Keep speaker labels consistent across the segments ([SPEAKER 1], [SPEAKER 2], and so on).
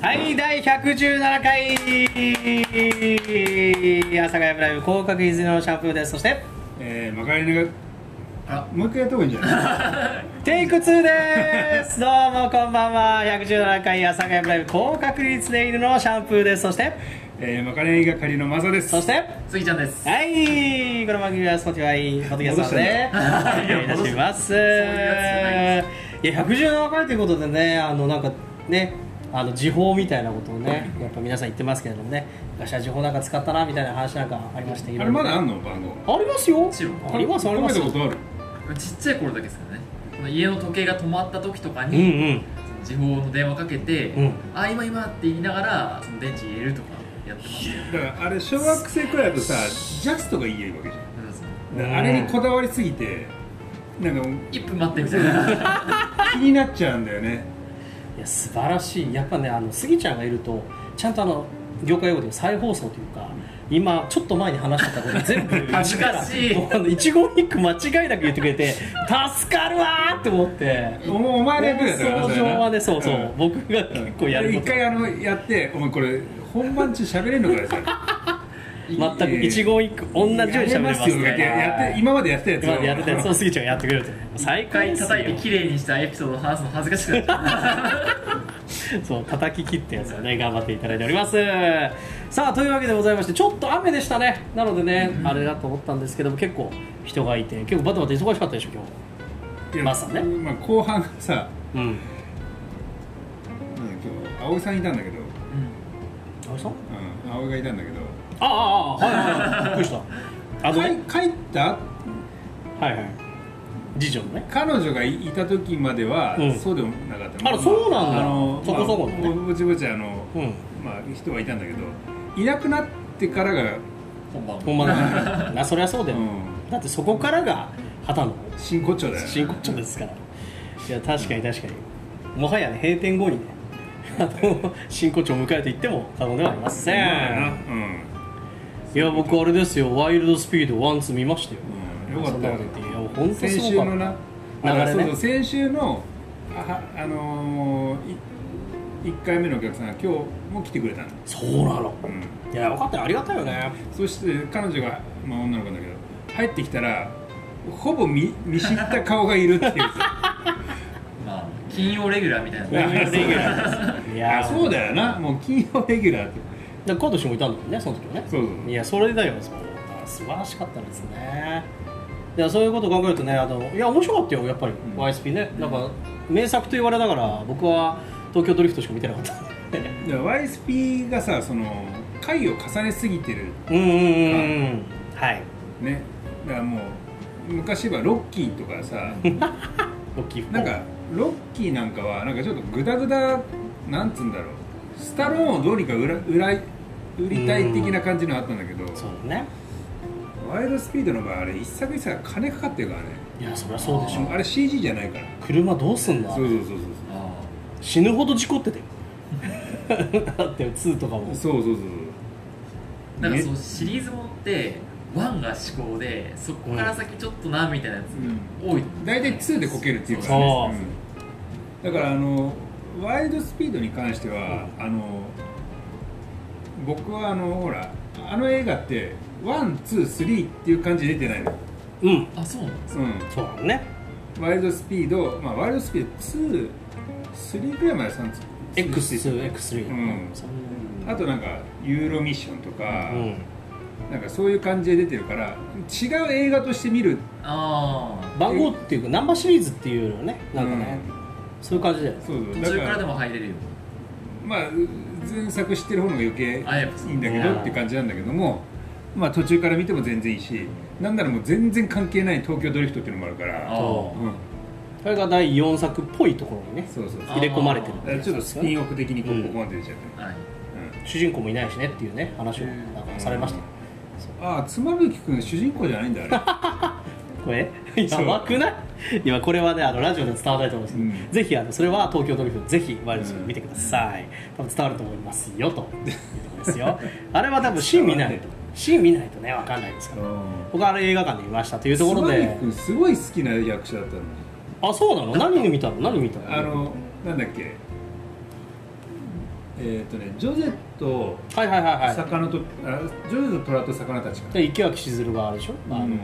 [SPEAKER 1] はい、第117回阿佐ヶ谷ブライブ広角いずれのシャンプーです。そして、
[SPEAKER 2] えー、マカエネがあもう一回やった方がいいんじゃない
[SPEAKER 1] テイク2です。どうもこんばんは。117回阿佐ヶ谷ブライブ高確率ネイルのシャンプーです。そして、
[SPEAKER 2] えー、マカエネが仮のマサです
[SPEAKER 1] そして、
[SPEAKER 3] スギちゃんです。
[SPEAKER 1] はい、この番組は Spotify、ポッドキャストでお願いいたします。いや、117回ということでね、あの、なんかね、あの時報みたいなことをね、やっぱ皆さん言ってますけれどもね、昔は時報なんか使ったなみたいな話なんかありまして、いろ
[SPEAKER 2] あ
[SPEAKER 1] いろ
[SPEAKER 2] れまだあんの番号
[SPEAKER 1] ありますよ
[SPEAKER 3] ちろん。
[SPEAKER 1] あります、あります。
[SPEAKER 2] 褒めたことある
[SPEAKER 3] ちっちゃい頃だけですけどね。この家の時計が止まった時とか
[SPEAKER 1] うんう
[SPEAKER 3] に、
[SPEAKER 1] ん。
[SPEAKER 3] その時報の電話かけて、
[SPEAKER 1] うん
[SPEAKER 3] あ今今って言いながらその電池入れるとかやってますね。
[SPEAKER 2] だからあれ小学生くらいだとさジャストが言えるわけじゃ
[SPEAKER 3] うんそ
[SPEAKER 2] んだ
[SPEAKER 3] の
[SPEAKER 2] からあれにこだわりすぎてなんかもう
[SPEAKER 3] 一分待ってみたいな。
[SPEAKER 2] 気になっちゃうんだよね
[SPEAKER 1] いや素晴らしいやっぱねあのスギちゃんがいるとちゃんとあの業界用語で再放送というか今ちょっと前に話してた こと全部
[SPEAKER 3] 恥ずかしい
[SPEAKER 1] もうあの一言一句間違いなく言ってくれて助かるわーって思って
[SPEAKER 2] おお前の役だったから
[SPEAKER 1] 放
[SPEAKER 2] な
[SPEAKER 1] 送上はね
[SPEAKER 2] そ
[SPEAKER 1] そ
[SPEAKER 2] れ
[SPEAKER 1] うそう、
[SPEAKER 2] ん
[SPEAKER 1] 僕が結構やる
[SPEAKER 2] 一
[SPEAKER 1] こと
[SPEAKER 2] 回あのやってお前これ本番中喋れんのかよそれ
[SPEAKER 1] 全く一言一句 同じように喋れます
[SPEAKER 2] やれますよやって
[SPEAKER 1] ね
[SPEAKER 2] 今までやってた
[SPEAKER 1] 今
[SPEAKER 2] や
[SPEAKER 1] ま
[SPEAKER 2] つを
[SPEAKER 1] でやってたやつをスギちゃんがやってくれると最
[SPEAKER 3] 一
[SPEAKER 1] 高で
[SPEAKER 3] 回
[SPEAKER 1] すよ
[SPEAKER 3] 叩いて綺麗にしたエピソードを話すの恥ずかしくなっちゃう。
[SPEAKER 1] そう叩き切ってやつをね頑張っていただいておりますさあというわけでございましてちょっと雨でしたねなのでね、あれだと思ったんですけども結構人がいて結構バタバタ忙しかったでしょ今
[SPEAKER 2] いや
[SPEAKER 1] まさね
[SPEAKER 2] まあ後半さ
[SPEAKER 1] 日うん
[SPEAKER 2] なんだっけ今日葵さんいたんだけど
[SPEAKER 1] あれさん
[SPEAKER 2] うん葵がいたんだけど
[SPEAKER 1] ああああはいはいはいびっくりしたあの
[SPEAKER 2] かい
[SPEAKER 1] ね
[SPEAKER 2] 帰った
[SPEAKER 1] はいはい次女のね
[SPEAKER 2] 彼女がいた時までは、
[SPEAKER 1] うん
[SPEAKER 2] そうでもなかった
[SPEAKER 1] あらそうなんだ
[SPEAKER 2] あの
[SPEAKER 1] そこそこ
[SPEAKER 2] ま
[SPEAKER 1] の
[SPEAKER 2] あ
[SPEAKER 1] ね
[SPEAKER 2] ぼぼちぼちあの、
[SPEAKER 1] うん
[SPEAKER 2] まあ、人はいたんだけどいなくなってからが、
[SPEAKER 3] 本番。
[SPEAKER 1] ほんま だなそりゃそうだ
[SPEAKER 2] う
[SPEAKER 1] よ、
[SPEAKER 2] ん、
[SPEAKER 1] だってそこからが畑の
[SPEAKER 2] 真骨頂だよね
[SPEAKER 1] 真骨頂ですからいや確かに確かにもはやね閉店後にねあの真骨頂を迎えると言っても過言ではありませ
[SPEAKER 2] そうだよなん
[SPEAKER 1] いや僕あれですよワイルドスピードワンツ見ましたよ、
[SPEAKER 2] うん、うん、よか
[SPEAKER 1] そん
[SPEAKER 2] っ
[SPEAKER 1] な
[SPEAKER 2] た
[SPEAKER 1] こ
[SPEAKER 2] よ
[SPEAKER 1] と言っていや本当
[SPEAKER 2] 先
[SPEAKER 1] す
[SPEAKER 2] 週
[SPEAKER 1] ごか
[SPEAKER 2] の
[SPEAKER 1] っ
[SPEAKER 2] な
[SPEAKER 1] 流れね
[SPEAKER 2] あそうそう先週のあはあのー、1回目のお客さんが今日も来てくれたの、
[SPEAKER 1] たそうなの
[SPEAKER 2] うん、
[SPEAKER 1] いや分かったよありがたいよね
[SPEAKER 2] そして彼女が、まあ、女の子だけど入ってきたらほぼ見見知った顔がいるっていうさ
[SPEAKER 3] まあ金曜レギュラーみたいな。
[SPEAKER 2] いやレギュラ
[SPEAKER 1] い
[SPEAKER 2] いや
[SPEAKER 1] や
[SPEAKER 2] そう
[SPEAKER 1] だ
[SPEAKER 2] だよなもう金曜レギュラーって
[SPEAKER 1] だから今年もいたんだもんねその時はね
[SPEAKER 2] そうそうそう
[SPEAKER 1] いやそれだよそれあ素晴らしかったですねいやそういうことを考えるとねあのいや面白かったよやっぱり、
[SPEAKER 2] ん
[SPEAKER 1] YSP ねなんか名作と言われながら僕は東京ドリフトしか見てなかった
[SPEAKER 2] だから YSP がさその回を重ねすぎてる
[SPEAKER 1] うんうんうんうんはい
[SPEAKER 2] ねだからもう昔はロッキーと かさ
[SPEAKER 1] 大きい方
[SPEAKER 2] なんかロッキーなんかはなんかちょっとグダグダなんつうんだろうスタローンをどうにか売ら売ら売りたい的な感じのあったんだけど
[SPEAKER 1] そうだね
[SPEAKER 2] ワイルドスピードの場合あれ一作一作金かかってるからね
[SPEAKER 1] いやそりゃそうでしょ
[SPEAKER 2] あれ CG じゃないから
[SPEAKER 1] 車どうすんだ
[SPEAKER 2] そうそうそう
[SPEAKER 3] あ
[SPEAKER 1] 死ぬほど事故っててだって2とかも
[SPEAKER 2] そうそうそうそうそう
[SPEAKER 3] あなんかそう
[SPEAKER 2] ね
[SPEAKER 3] シリーズものってワンが至高でそこから先ちょっとなみたいなやつが多い。
[SPEAKER 2] 大体2でこけるっていうからね、うんだからあのワイルドスピードに関しては、あの僕はあのほらあの映画ってワンツースリーっていう感じで出てないの、
[SPEAKER 1] うん
[SPEAKER 3] あそうなんです。
[SPEAKER 2] う
[SPEAKER 1] そうなのね
[SPEAKER 2] ん、ワイルドスピード、まあ、ワイルドスピード2スリーぐらいまで3つ
[SPEAKER 1] X2X3
[SPEAKER 2] うん
[SPEAKER 1] そう
[SPEAKER 2] あとなんかユーロミッションとか、
[SPEAKER 1] うん
[SPEAKER 2] なんかそういう感じで出てるから違う映画として見る
[SPEAKER 3] ああ。
[SPEAKER 1] 番号っていうかナンバーシリーズっていうのねなんかね、
[SPEAKER 2] うん
[SPEAKER 1] そういう感じだよね
[SPEAKER 2] そうそう
[SPEAKER 3] 途
[SPEAKER 2] だ
[SPEAKER 3] 中
[SPEAKER 2] か
[SPEAKER 3] から
[SPEAKER 2] ら
[SPEAKER 3] でも入れるよ。
[SPEAKER 2] まあ前作知ってる方のが余計
[SPEAKER 3] あやっぱそう
[SPEAKER 2] いいんだけどって感じなんだけどもまあ途中から見ても全然いいしなんならもう全然関係ない東京ドリフトっていうのもあるから
[SPEAKER 1] そ
[SPEAKER 3] あ
[SPEAKER 2] うん
[SPEAKER 1] これが第4作っぽいところにね
[SPEAKER 2] そうそうそうだ
[SPEAKER 1] 入れ込まれてる
[SPEAKER 2] からちょっとスピンオフ的にこ
[SPEAKER 1] うん
[SPEAKER 2] うここまで出ちゃって
[SPEAKER 3] あ。はい。
[SPEAKER 1] 主人公もいないしねっていうね話をなんかされましたよ
[SPEAKER 2] ああ妻夫木君主人公じゃないんだあ
[SPEAKER 1] こ れやばくない今これはねあのラジオでは伝わらないと思うんですけど、
[SPEAKER 2] うん
[SPEAKER 1] ぜひあのそれは東京ドリフトぜひワイルドスピード見てください、多分伝わると思いますよというところですよ あれは多分シーン見 ないとシーン見ないとねわかんないです から
[SPEAKER 2] れ
[SPEAKER 1] 僕はあれ映画館で見ましたというところ
[SPEAKER 2] 妻
[SPEAKER 1] で
[SPEAKER 2] 夫木君すごい好きな役者だったの
[SPEAKER 1] あそうなの何見たの何見たの
[SPEAKER 2] あのなんだっけえっ、とねジョゼと
[SPEAKER 1] はいはいはいはい
[SPEAKER 2] 魚と、あジョゼと虎と魚たちか
[SPEAKER 1] で池脇千鶴があるでしょ、あ
[SPEAKER 2] う
[SPEAKER 1] の
[SPEAKER 2] ん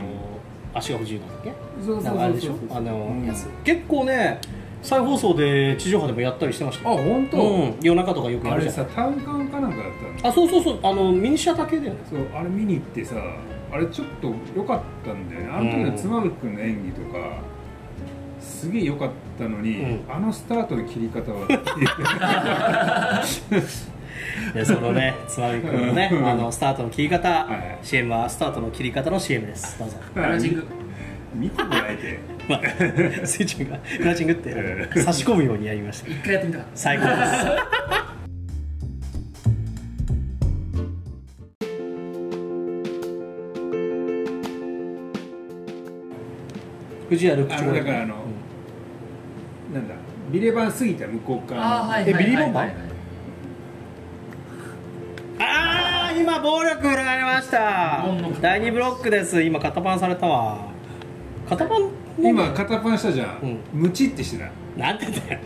[SPEAKER 1] 足が不自由なんだっけ
[SPEAKER 2] そうそうそう
[SPEAKER 1] な
[SPEAKER 2] そう
[SPEAKER 1] んかあれでしょあの、
[SPEAKER 2] うん
[SPEAKER 1] やつ結構ね再放送で地上波でもやったりしてましたよ
[SPEAKER 2] 本
[SPEAKER 1] うん、夜中とかよくや
[SPEAKER 2] あ
[SPEAKER 1] るじゃ
[SPEAKER 2] れ
[SPEAKER 1] ん
[SPEAKER 2] さ単館かなんかだったの
[SPEAKER 1] あそうそうそうあのミニシアター系だよね
[SPEAKER 2] そうあれ見に行ってさあれちょっと良かったんだよねあの時の妻夫木君の演技とか、すげえ良かったのに、
[SPEAKER 1] う
[SPEAKER 2] あのスタートの切り方は
[SPEAKER 1] でそのねつまみくんのね
[SPEAKER 2] うん
[SPEAKER 1] あのスタートの切り方、
[SPEAKER 2] はい
[SPEAKER 1] CM はスタートの切り方の CM ですどうぞ
[SPEAKER 3] クラウジング
[SPEAKER 2] 見てもらえて
[SPEAKER 1] まあ スイちゃんがクラッチングって
[SPEAKER 2] え
[SPEAKER 1] 差し込むようにやりました
[SPEAKER 3] 一回やってみたかっ
[SPEAKER 1] 最高です藤原
[SPEAKER 2] あのだからあのなんだビレバン過ぎた向こう
[SPEAKER 3] た
[SPEAKER 2] 側の
[SPEAKER 1] えビリーボンバー
[SPEAKER 3] はいはい
[SPEAKER 1] ああー今暴力振られました
[SPEAKER 3] ボンの
[SPEAKER 1] 第2ブロックです今肩パンされたわ肩パン
[SPEAKER 2] 今片パンしたじゃん、
[SPEAKER 1] うん
[SPEAKER 2] ムチってしてた
[SPEAKER 1] なんて言ったよ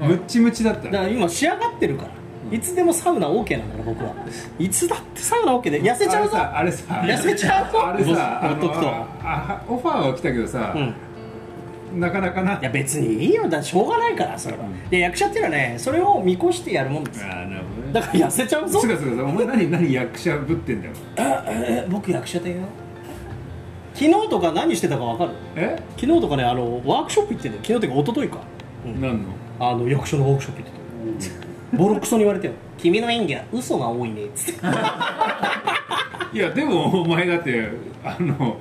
[SPEAKER 2] ムッチムチだった
[SPEAKER 1] だから今仕上がってるから、いつでもサウナ OK なんだから僕はいつだってサウナ OK で痩せちゃうぞ
[SPEAKER 2] あれさあれ
[SPEAKER 1] 痩
[SPEAKER 2] さ
[SPEAKER 1] せちゃうぞ
[SPEAKER 2] あれさあ
[SPEAKER 1] ほっと
[SPEAKER 2] の
[SPEAKER 1] くと
[SPEAKER 2] ああオファーは来たけどさ、
[SPEAKER 1] うん
[SPEAKER 2] なかなかない
[SPEAKER 1] や別にいいよだってしょうがないからそれは、
[SPEAKER 2] うん
[SPEAKER 1] で役者っていうのはねそれを見越してやるもんです
[SPEAKER 2] あなるほどね
[SPEAKER 1] だから痩せちゃうぞ
[SPEAKER 2] すがすがさお前何何役者ぶってんだよ
[SPEAKER 1] え僕役者だよ昨日とか何してたか分かる
[SPEAKER 2] え
[SPEAKER 1] 昨日とかねあのワークショップ行ってんだよ昨日っていうか一昨日か、うん
[SPEAKER 2] 何の
[SPEAKER 1] あの役所のワークショップ行ってたボロクソに言われたよ「君の演技は嘘が多いね」っつって
[SPEAKER 2] いやでもお前だってあの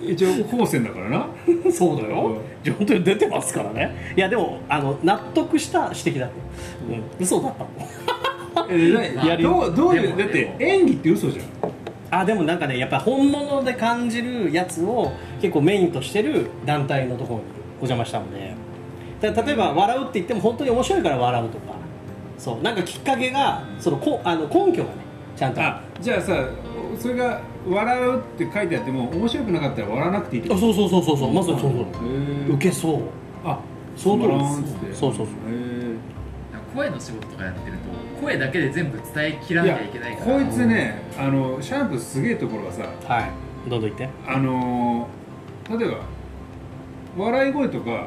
[SPEAKER 2] 一応高専だか らな
[SPEAKER 1] そうだよ本当に出てますからねいやでもあの納得した指摘だって、うん、嘘だったもん
[SPEAKER 2] え
[SPEAKER 3] や
[SPEAKER 2] な
[SPEAKER 3] る
[SPEAKER 2] どうどう
[SPEAKER 3] で
[SPEAKER 2] い
[SPEAKER 3] も
[SPEAKER 2] うだって
[SPEAKER 3] でも
[SPEAKER 2] 演技って嘘じゃん
[SPEAKER 1] あでもなんかねやっぱり本物で感じるやつを結構メインとしてる団体のところにお邪魔したのでだから例えば笑うって言っても本当に面白いから笑うとかそうなんかきっかけがそのこあの根拠がねちゃんと
[SPEAKER 2] あじゃあさそれが「笑う」って書いてあっても面白くなかったら笑わなくていいってこと
[SPEAKER 1] そうそうそうそうそうまさにそう
[SPEAKER 2] へ
[SPEAKER 1] そう
[SPEAKER 2] ー
[SPEAKER 1] 受けそう
[SPEAKER 2] あ
[SPEAKER 1] そう
[SPEAKER 2] だ
[SPEAKER 1] そうそうそう
[SPEAKER 3] 声の仕事とかやってると声だけで全部伝えきら
[SPEAKER 2] い
[SPEAKER 3] なき
[SPEAKER 2] や
[SPEAKER 3] ゃいけないから
[SPEAKER 2] こいつねあのシャンプーすげえところがさ
[SPEAKER 1] はいどんどん言って
[SPEAKER 2] あのー例えば笑い声とか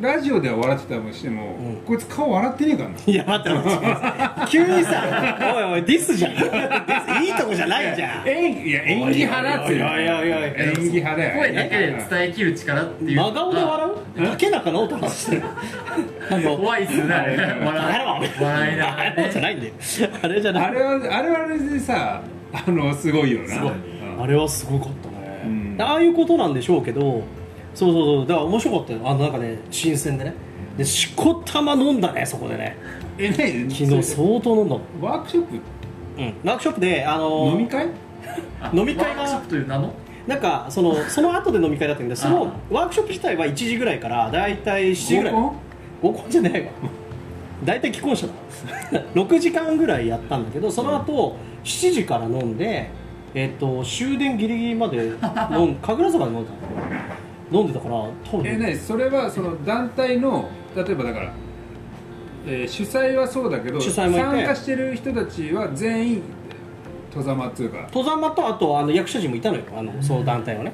[SPEAKER 2] ラジオでは笑ってたとしても、
[SPEAKER 1] うん
[SPEAKER 2] こいつ顔笑ってねえからない
[SPEAKER 1] や待って待って待って急にさおいおいディスじゃんディスいいとこじゃないじゃん
[SPEAKER 2] 演技いや演技派だっつうの
[SPEAKER 1] おいおいおいおい
[SPEAKER 2] 演技派だよ
[SPEAKER 3] 声だけで伝えきる力っていう
[SPEAKER 1] 真顔で笑う竹中直人の話してるあの
[SPEAKER 3] 怖いっすよねあれ笑い笑いな
[SPEAKER 1] あ
[SPEAKER 3] がら
[SPEAKER 1] れじゃ
[SPEAKER 3] ね
[SPEAKER 1] ないんだよあれじゃない
[SPEAKER 2] あれはあれはあれでさあのすごいよな
[SPEAKER 1] すごい
[SPEAKER 2] うん
[SPEAKER 1] あれはすごかったね、
[SPEAKER 2] うん
[SPEAKER 1] ああいうことなんでしょうけどそうそうそうだから面白かったよあのなんかね新鮮でねでしこたま飲んだねそこでね
[SPEAKER 2] え何
[SPEAKER 1] 昨日相当飲んだもん、
[SPEAKER 2] ワークショッ
[SPEAKER 1] うん、ワークショップであ
[SPEAKER 2] プ
[SPEAKER 1] の
[SPEAKER 2] 飲み会
[SPEAKER 3] あ
[SPEAKER 1] 飲み会が
[SPEAKER 3] ワークショップという名の
[SPEAKER 1] なんかそのその後で飲み会だったんでそのワークショップ自体は1時ぐらいからだいたい7時ぐらい
[SPEAKER 2] 合
[SPEAKER 1] 合コンじゃないわ大体既婚者だ 6時間ぐらいやったんだけどその後7時から飲んで、えっと終電ギリギリまで飲 ん神楽坂で飲んだの飲んでたから多
[SPEAKER 2] コンえ
[SPEAKER 1] 分
[SPEAKER 2] 何それはその団体の例えばだから、えー主催はそうだけど
[SPEAKER 1] 主催
[SPEAKER 2] 参
[SPEAKER 1] もいて
[SPEAKER 2] 加してる人たちは全員戸ざまっつうか
[SPEAKER 1] 登山場とあとあの役者陣もいたのよあのその団体はね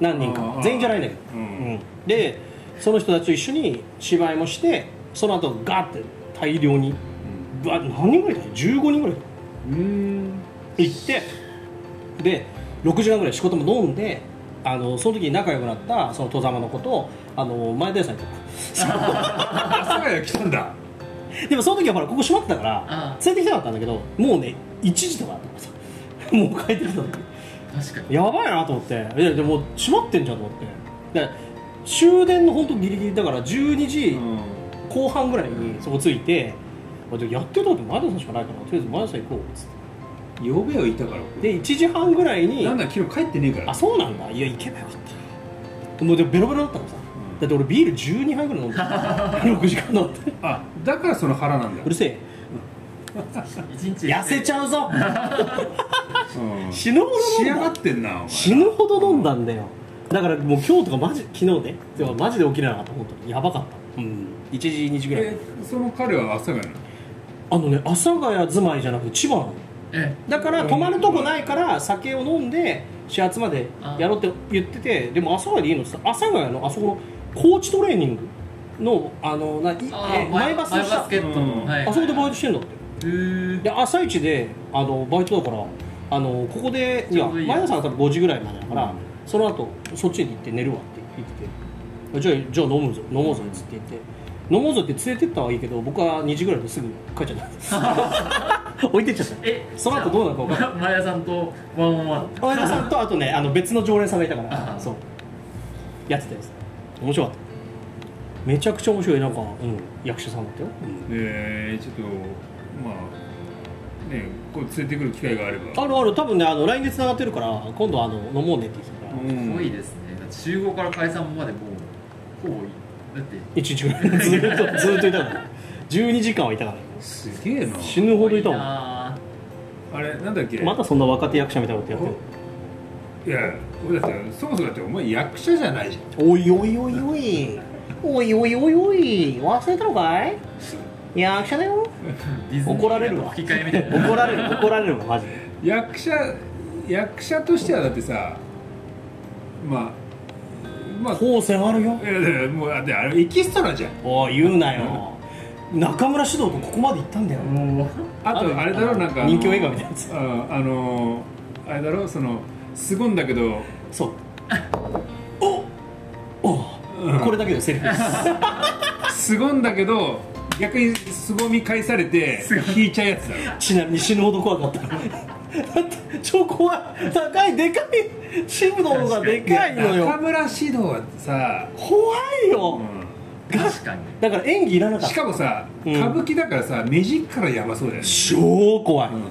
[SPEAKER 1] 何人
[SPEAKER 2] あ
[SPEAKER 1] か
[SPEAKER 2] ー
[SPEAKER 1] 全員じゃないんだけど、
[SPEAKER 2] うん
[SPEAKER 1] うんでその人たちと一緒に芝居もしてその後ガーって大量にうわ何人ぐらいだよ15人ぐらいだよ
[SPEAKER 2] うーん
[SPEAKER 1] 行ってで6時間ぐらい仕事も飲んであのその時に仲良くなったその戸様のことをあの前田屋さんに
[SPEAKER 2] 阿佐ヶ谷来たんだ
[SPEAKER 1] でもその時はほらここ閉まってたから
[SPEAKER 3] あ
[SPEAKER 1] 連れてきたかったんだけどもうね1時とかだったからさもう帰ってきたの
[SPEAKER 3] 確かに
[SPEAKER 1] やばいなと思っていやでも閉まってんじゃんと思ってで終電の本当ギリギリだから12時、
[SPEAKER 2] うん
[SPEAKER 1] 後半ぐらいにそこついて、あでやってたって前田さんしかないからとりあえず前田さん行こうっつっ
[SPEAKER 2] 呼べよいたから
[SPEAKER 1] てで1時半ぐらいに
[SPEAKER 2] なんだ昨日帰ってねえから
[SPEAKER 1] あそうなんだいや行けばよかったもうでもベロベロだったのさだって俺ビール12杯ぐらい飲んでた 6時間飲んで
[SPEAKER 2] あだからその腹なんだ
[SPEAKER 1] うるせ
[SPEAKER 3] 一日
[SPEAKER 1] え痩せちゃうぞ
[SPEAKER 2] うん
[SPEAKER 1] 死ぬほ
[SPEAKER 2] 仕
[SPEAKER 1] ど
[SPEAKER 2] 上
[SPEAKER 1] 飲ん
[SPEAKER 2] が
[SPEAKER 1] だ
[SPEAKER 2] ってんなお前
[SPEAKER 1] 死ぬほど飲んだんだよだからもう今日とかマジ昨日ででもマジで起きれなかった本当にやばかったうん1時2時ぐらい
[SPEAKER 2] えその彼は阿佐ヶ谷なの
[SPEAKER 1] あのね阿佐ヶ谷住まいじゃなくて千葉なの
[SPEAKER 3] え
[SPEAKER 1] だから泊まるとこないから酒を飲んで始発までやろうって言っててでも阿佐ヶ谷でいいのって言ったら阿佐ヶ谷のあそこのコーチトレーニングのあのない
[SPEAKER 3] あ
[SPEAKER 1] え
[SPEAKER 3] ーマ
[SPEAKER 1] マ
[SPEAKER 3] イ
[SPEAKER 1] イバ
[SPEAKER 3] バス
[SPEAKER 1] スの下
[SPEAKER 3] ケット
[SPEAKER 2] う
[SPEAKER 3] の
[SPEAKER 2] ん
[SPEAKER 3] はい
[SPEAKER 1] あそこでバイトしてんだって
[SPEAKER 3] へー
[SPEAKER 1] で朝一であのバイトだからあのここでい
[SPEAKER 3] ち
[SPEAKER 1] や
[SPEAKER 3] ょうどいい
[SPEAKER 1] 前田さんは多分5時ぐらいまでだから、
[SPEAKER 2] うん
[SPEAKER 1] その後そっちに行って寝るわって言っててじゃあじゃあ飲むぞ飲もうぞっつって言って、飲もうぞって連れてったはいいけど僕は2時ぐらいですぐ帰っちゃったんです 置いてっちゃった
[SPEAKER 3] え
[SPEAKER 1] その後どうなるか分かんない
[SPEAKER 3] マヤさんとワンオンワン
[SPEAKER 1] 前田さんとあとねあの別の常連さんがいたから
[SPEAKER 3] あ
[SPEAKER 1] そうやってたやつ面白かっためちゃくちゃ面白いなんか、うん、役者さんだったよ、
[SPEAKER 2] えー、ちょっとまあねこう連れてくる機会があれば
[SPEAKER 1] あるある多分ねあの LINE でつながってるから今度あの飲もうねって言ってたから、
[SPEAKER 2] うん
[SPEAKER 3] 多いですねだって集合から解散までもうほぼいだって
[SPEAKER 1] 一日ぐらいずっとずっといたから12時間はいたから
[SPEAKER 2] すげえな
[SPEAKER 1] 死ぬほどいたもん
[SPEAKER 3] な
[SPEAKER 2] あれなんだっけ
[SPEAKER 1] またそんな若手役者みたいなことやってる
[SPEAKER 2] いや俺だってそもそもだってお前役者じゃないじ
[SPEAKER 1] おいおいおいおいおいおいおいおい忘れたのかい役者だ よ
[SPEAKER 3] ディズニー
[SPEAKER 1] 怒られるわ
[SPEAKER 3] 吹き替えみたいな
[SPEAKER 1] 怒られる怒られるわマジで
[SPEAKER 2] ゃん役者役者としてはだってさまあまあ
[SPEAKER 1] 後世あるよ
[SPEAKER 2] いやだからもうだってあれエキストラじゃん
[SPEAKER 1] おい言うなよ中村獅童とここまで行ったんだよ
[SPEAKER 3] もう
[SPEAKER 2] あとあれだろなんか
[SPEAKER 1] 人気映画みたいなやつ
[SPEAKER 2] ああのあれだろそのすごいんだけど
[SPEAKER 1] そうおおこれだけのセリフです
[SPEAKER 2] すごいんだけど逆に凄み返されて引いちゃうやつだろ
[SPEAKER 1] ちなみに死ぬほど怖かっただって超怖い高いでかいシブの方がでかいの
[SPEAKER 2] 中
[SPEAKER 1] よ
[SPEAKER 2] 村獅童はさ、
[SPEAKER 1] 怖いよ、
[SPEAKER 3] 確かに
[SPEAKER 1] だから演技いらなかっ
[SPEAKER 2] したかもさ、
[SPEAKER 1] うん
[SPEAKER 2] 歌舞伎だからさ目力やばそうだよね、
[SPEAKER 1] 超怖い、
[SPEAKER 2] うん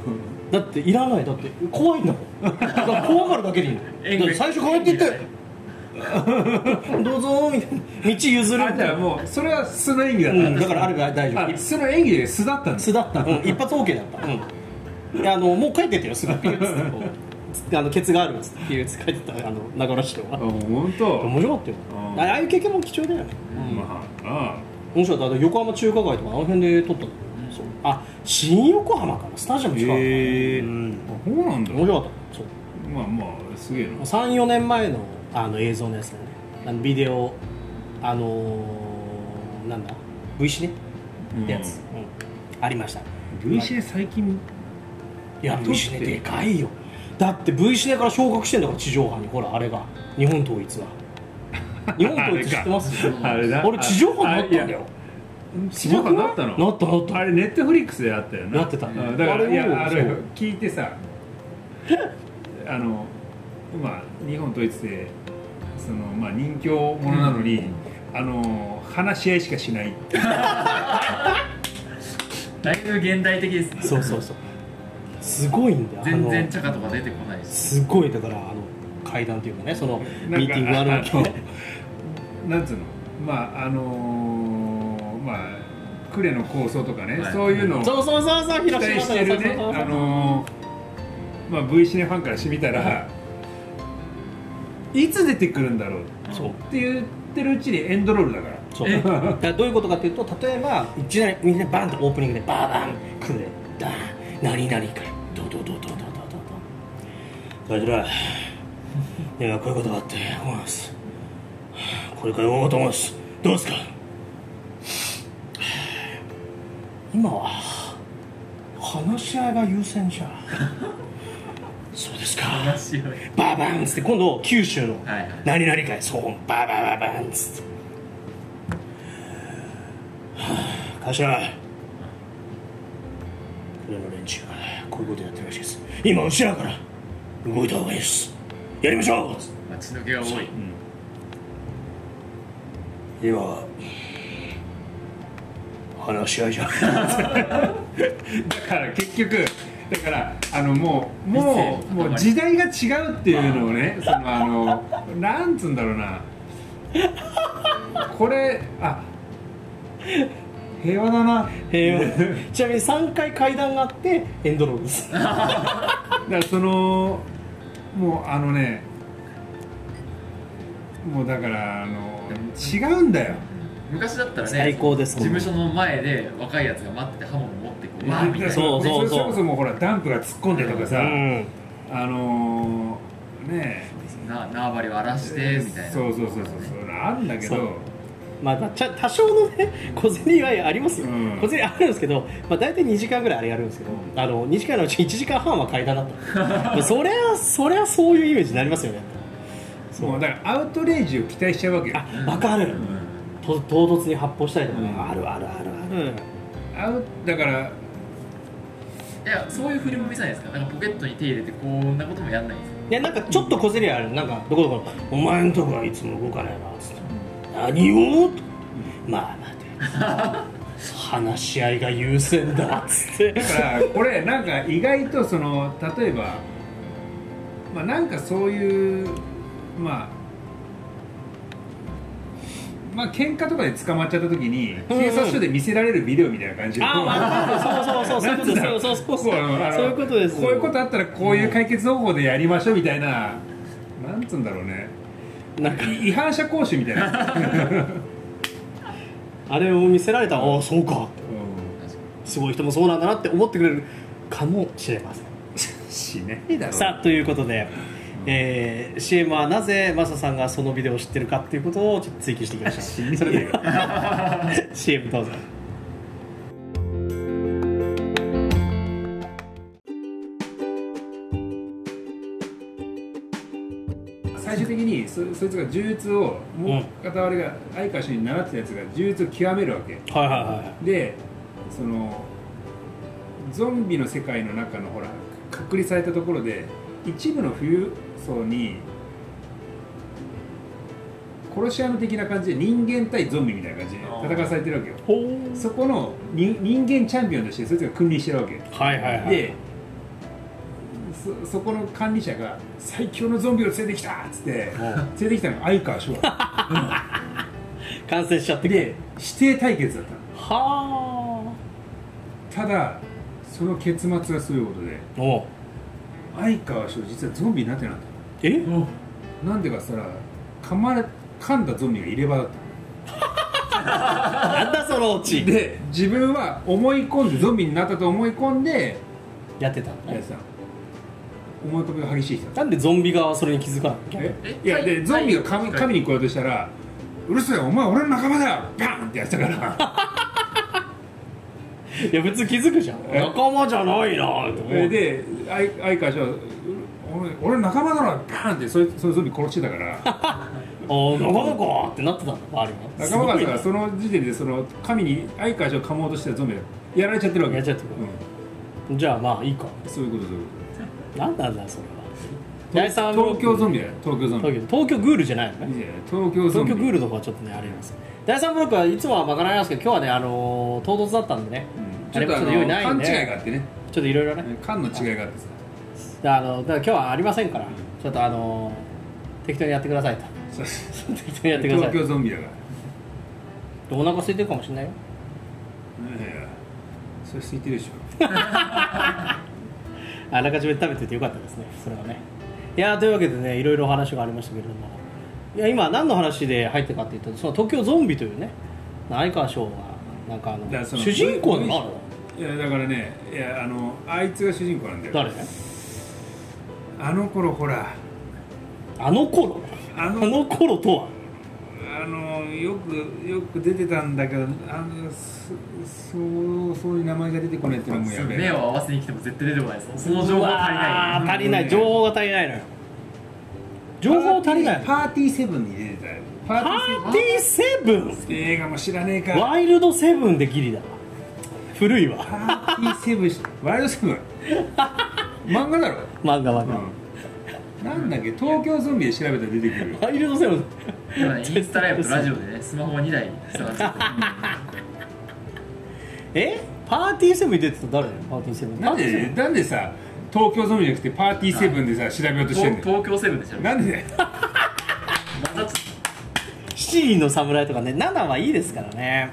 [SPEAKER 1] だっていらないだって怖いんだもんだから怖がるだけでいいの
[SPEAKER 3] 演
[SPEAKER 1] だ
[SPEAKER 3] 技
[SPEAKER 1] って最初こうやって言って「 どうぞ」みたいな道譲る
[SPEAKER 2] あ
[SPEAKER 1] み
[SPEAKER 2] じ
[SPEAKER 1] たい
[SPEAKER 2] ゃあ
[SPEAKER 1] な
[SPEAKER 2] もうそれは素の演技だっ
[SPEAKER 1] う
[SPEAKER 2] た、
[SPEAKER 1] ん、だからあれば大丈
[SPEAKER 2] あ
[SPEAKER 1] 夫
[SPEAKER 2] 素の演技で素だったんだ
[SPEAKER 1] 素だった、うん、一発 OK だった、うん、であのもう帰ってってよすぐピュッつってこうつってあのケツがあるっつってピュッつって帰ってったあの中村市長は
[SPEAKER 2] あ本当。
[SPEAKER 1] 面白かったよ
[SPEAKER 2] うん
[SPEAKER 1] あああいう経験も貴重だよね、
[SPEAKER 2] まああ
[SPEAKER 1] 面白かったあと横浜中華街とかあの辺で撮ったの、そうあ新横浜かなスタジアム近かったね、
[SPEAKER 2] へえ
[SPEAKER 1] うん
[SPEAKER 2] あそうなんだ
[SPEAKER 1] 面白かったそう
[SPEAKER 2] まあまあすげえな
[SPEAKER 1] 34年前のあの映像のやつだよねあのビデオあのー、なんだ V シネってやつ、うんありました
[SPEAKER 2] うん V シネ最近
[SPEAKER 1] いや
[SPEAKER 2] どう
[SPEAKER 1] V シネ
[SPEAKER 2] して
[SPEAKER 1] でかいよだって V シネから昇格してんだから地上波にほらあれが日本統 一が日本統一知ってます
[SPEAKER 2] あれ だ
[SPEAKER 1] 俺地上波になったんだよ
[SPEAKER 2] 地上波になったの
[SPEAKER 1] なったなった
[SPEAKER 2] あれネットフリックスであったよな
[SPEAKER 1] なってた
[SPEAKER 2] うんだから
[SPEAKER 1] あれを
[SPEAKER 2] いやあれ
[SPEAKER 1] そう
[SPEAKER 2] 聞いてさ あのまあ日本統一でそのまあ人気者なのに、あの話し合いしかしないって
[SPEAKER 3] だいぶ現代的ですね
[SPEAKER 1] そうそうそうすごいんだよあの
[SPEAKER 3] 全然チャカとか出てこないし
[SPEAKER 1] すごいだからあの階段というかねその
[SPEAKER 2] なんか
[SPEAKER 1] ミーティングがあるわけ
[SPEAKER 2] あなんつうのまああのーまあ呉の構想とかね、
[SPEAKER 3] はい
[SPEAKER 2] そういうのを
[SPEAKER 1] そうそうそうそう
[SPEAKER 2] 期
[SPEAKER 1] 広
[SPEAKER 2] 待
[SPEAKER 1] 島
[SPEAKER 2] し
[SPEAKER 1] さ
[SPEAKER 2] て
[SPEAKER 1] ん
[SPEAKER 2] るね、あのーまあ V シネファンからしてみたら、いつ出てくるんだろう
[SPEAKER 1] そう
[SPEAKER 2] って言ってるうちにエンドロールだから。
[SPEAKER 1] そう
[SPEAKER 3] え
[SPEAKER 1] だからどういうことかというと例えばいきなりみんなバンとオープニングでバーバンくれだ何々かドドドドドドドドガイドラいやこういうことがあって思いますこれから動こうと思いますどうですか今は話し合いが優先じゃんそうですか
[SPEAKER 3] 話し合い
[SPEAKER 1] バーバーンっつって今度九州の
[SPEAKER 3] はいはい
[SPEAKER 1] 何々会そうバーバーバーバーンっつってはあ頭これの連中がこういうことやってるらしいです今後ろから動いた方がいいですやりましょうっつって
[SPEAKER 3] 街の毛が多い
[SPEAKER 1] 今は話し合い じゃん
[SPEAKER 2] だから結局だからあのもうも
[SPEAKER 3] 理性
[SPEAKER 2] う
[SPEAKER 3] の
[SPEAKER 2] もう時代が違うっていうのをねそのあのなんつうんだろうなこれあ平和だな
[SPEAKER 1] 平和ちなみに3回階段があってエンドロールです
[SPEAKER 2] だからそのもうあのねもうだからあの違うんだよ
[SPEAKER 3] 昔だったらね
[SPEAKER 1] 最高です
[SPEAKER 3] 事務所の前で若いやつが待ってて刃物持ってこううわーみたいな
[SPEAKER 1] そうそうそう
[SPEAKER 2] それこそもうほらダンプが突っ込んでとか
[SPEAKER 1] う
[SPEAKER 2] さ、
[SPEAKER 1] ん
[SPEAKER 2] あのー、ね
[SPEAKER 3] な縄張りを荒らして
[SPEAKER 2] え
[SPEAKER 3] みたいな
[SPEAKER 2] そうそうそうそうそういうのあるんだけど
[SPEAKER 1] そうまあ、ちゃ多少のね 小銭はありますよ、
[SPEAKER 2] うん
[SPEAKER 1] 小銭あるんですけど、まあ、大体2時間ぐらいあれやるんですけど、
[SPEAKER 2] うん
[SPEAKER 1] あの2時間のうち1時間半は階段だったまあそりゃそりゃそういうイメージになりますよねそう
[SPEAKER 2] もうだからアウトレイジを期待しちゃうわけよ
[SPEAKER 1] あわかる、
[SPEAKER 2] う
[SPEAKER 1] と唐突に発砲したりとかね、
[SPEAKER 2] うん
[SPEAKER 1] あるあるあるある、
[SPEAKER 2] アウだから
[SPEAKER 3] いやそういう振りも見せないですかなんかポケットに手入れてこんなこともやんないんです
[SPEAKER 1] でなんかちょっと小競り合いあるなんかどこどこの「お前んとこはいつも動かないな」つって「何を?」と「まあ待て 話し合いが優先だ」っつって
[SPEAKER 2] だからこれなんか意外とその例えばまあなんかそういうまあまあ喧嘩とかで捕まっちゃった時に
[SPEAKER 1] うんうん
[SPEAKER 2] 警察署で見せられるビデオみたいな感じで
[SPEAKER 1] あーまあそうそうそうそうそうそうそうそうそう
[SPEAKER 2] あの
[SPEAKER 1] そういうことです
[SPEAKER 2] こういうことあったらこういう解決方法でやりましょうみたいな、なんつうんだろうね
[SPEAKER 1] なんか
[SPEAKER 2] い違反者講習みたいな、
[SPEAKER 1] あれを見せられたらああそうか
[SPEAKER 2] うん
[SPEAKER 3] か
[SPEAKER 1] すごい人もそうなんだなって思ってくれるかもしれません
[SPEAKER 2] しないだろう
[SPEAKER 1] さあということで、えー、CM はなぜマサさんがそのビデオを知ってるかっていうことをちょっと追求していきましょ
[SPEAKER 2] し
[SPEAKER 1] う
[SPEAKER 2] ね
[SPEAKER 1] それ
[SPEAKER 2] え
[SPEAKER 1] で
[SPEAKER 2] よ
[SPEAKER 1] は CM どうぞ
[SPEAKER 2] 最終的にそそいつが柔術をもう片割れが相川主に習ってたやつが柔術を極めるわけ
[SPEAKER 1] はいはいは
[SPEAKER 2] でそのゾンビの世界の中のほら隔離されたところで一部の富裕層に殺し屋の的な感じで人間対ゾンビみたいな感じで戦わされてるわけよ
[SPEAKER 1] いほう
[SPEAKER 2] そこのに人間チャンピオンとしてそいつが君臨してるわけ
[SPEAKER 1] はいはいはい
[SPEAKER 2] でそそこの管理者が最強のゾンビを連れてきたっつって
[SPEAKER 1] おう
[SPEAKER 2] 連れてきたのが相川翔
[SPEAKER 1] 感染しちゃってくる
[SPEAKER 2] で指定対決だったの
[SPEAKER 1] は
[SPEAKER 2] ただその結末がすごいことで
[SPEAKER 1] あおう
[SPEAKER 2] 相川翔実はゾンビになってなかっ
[SPEAKER 1] え
[SPEAKER 2] たなんでかっつったら噛まれ噛んだゾンビが入れ歯だった
[SPEAKER 1] なんだそのうち
[SPEAKER 2] で自分は思い込んでゾンビになったと思い込んで
[SPEAKER 1] やってたんだ
[SPEAKER 2] や
[SPEAKER 1] ね
[SPEAKER 2] つさん思い込みが激しい人だった
[SPEAKER 1] なんでゾンビ側はそれに気づかないの
[SPEAKER 2] え
[SPEAKER 3] え
[SPEAKER 2] いや
[SPEAKER 3] は
[SPEAKER 2] で
[SPEAKER 3] い
[SPEAKER 2] ゾンビが神
[SPEAKER 3] はい
[SPEAKER 2] 神に来ようとしたら「うるせえお前俺の仲間だ!」バーンってやってたから
[SPEAKER 1] いや別に気づくじゃん
[SPEAKER 2] え
[SPEAKER 1] 仲間じゃないなって
[SPEAKER 2] そ
[SPEAKER 1] 思
[SPEAKER 2] れ
[SPEAKER 1] う
[SPEAKER 2] であい相川氏はう「俺俺の仲間だろ!」バーンってそいそのゾンビ殺してたから
[SPEAKER 1] ああ仲間かってなってたんだ周りが
[SPEAKER 2] 仲間が
[SPEAKER 1] す
[SPEAKER 2] だ
[SPEAKER 1] ご
[SPEAKER 2] か
[SPEAKER 1] い
[SPEAKER 2] ら
[SPEAKER 1] な
[SPEAKER 2] その時点でその神に相川氏を噛もうとしてたゾンビがやられちゃってるわけ
[SPEAKER 1] やっちゃってるじゃあまあいいか
[SPEAKER 2] うん、そういうことそういうこ
[SPEAKER 1] なんなんだそれは八重
[SPEAKER 2] と
[SPEAKER 1] 山ブロッ
[SPEAKER 2] 東
[SPEAKER 1] ク
[SPEAKER 2] 京ゾンビだよ東京ゾンビ
[SPEAKER 1] 東京東京グールじゃないのね
[SPEAKER 2] いや東京ゾン
[SPEAKER 1] 東
[SPEAKER 2] ビ
[SPEAKER 1] 京グールとかはちょっとねあれなんですよ第3ブロックはいつもはまかないなんですけど今日はねあのー唐突だったんでね
[SPEAKER 2] うん
[SPEAKER 1] あ
[SPEAKER 2] ちょ
[SPEAKER 1] れ
[SPEAKER 2] っと
[SPEAKER 1] も
[SPEAKER 2] あ
[SPEAKER 1] ちょっ
[SPEAKER 2] の
[SPEAKER 1] と用意ないん
[SPEAKER 2] 勘
[SPEAKER 1] で
[SPEAKER 2] 違いがあってね
[SPEAKER 1] ちょっといろいろね
[SPEAKER 2] 勘の違いがあってさ
[SPEAKER 1] あのだから今日はありませんからちょっとあのー適当にやってくださいと
[SPEAKER 2] そう
[SPEAKER 1] 適当にやってくだ
[SPEAKER 2] 東
[SPEAKER 1] さい
[SPEAKER 2] 京ゾンビだから
[SPEAKER 1] お腹空いてるかもしれないよ
[SPEAKER 2] いやいやそれ空いてるでしょ
[SPEAKER 1] あらかじめ食べててよかったですねそれはねいやーというわけでねいろいろお話がありましたけれどもいや今何の話で入ったかっていうとその東京ゾンビというね相川翔がなんかあ
[SPEAKER 2] だか
[SPEAKER 1] の
[SPEAKER 2] らその
[SPEAKER 1] 主人公なの
[SPEAKER 2] いやだからねいやあのあいつが主人公なんだよ
[SPEAKER 1] 誰
[SPEAKER 2] あの頃ほら
[SPEAKER 1] あの頃
[SPEAKER 2] あ
[SPEAKER 1] あ
[SPEAKER 2] の
[SPEAKER 1] の頃とは
[SPEAKER 2] あのよくよく出てたんだけどあのすそうそういう名前が出てこないっていうのもやべ
[SPEAKER 3] 目を
[SPEAKER 2] え
[SPEAKER 3] 合わせに来ても絶対出てこないですその情報が足り
[SPEAKER 1] うわー
[SPEAKER 3] ない
[SPEAKER 1] 足りない情報が足りないのよ情報足りない
[SPEAKER 2] パーティーセブンに出てたよパー
[SPEAKER 1] パーティーセブン
[SPEAKER 2] ィー映画も知らねえか
[SPEAKER 1] ワイルドセブンでギリだわ古いわ
[SPEAKER 2] パーティーセブンしワイルドセ ブン漫画だろ、
[SPEAKER 1] 漫画漫画、
[SPEAKER 2] うん、なんだっけ東京ゾンビで調べたら出てくる
[SPEAKER 1] ワイルドセブン
[SPEAKER 3] 今ねインスタライブとラジオでねスマホが2台探 して
[SPEAKER 1] えパーティーセブンに出てた誰パーティーセブン
[SPEAKER 2] なんでなんでさ東京ゾンビじゃなくてパーティーセブンでさ調べようとしてん
[SPEAKER 3] 東
[SPEAKER 2] のよ
[SPEAKER 3] 東京セブンでしょ
[SPEAKER 2] なんでだよ
[SPEAKER 3] 混ざっち
[SPEAKER 1] 七人の侍とかね7はいいですからね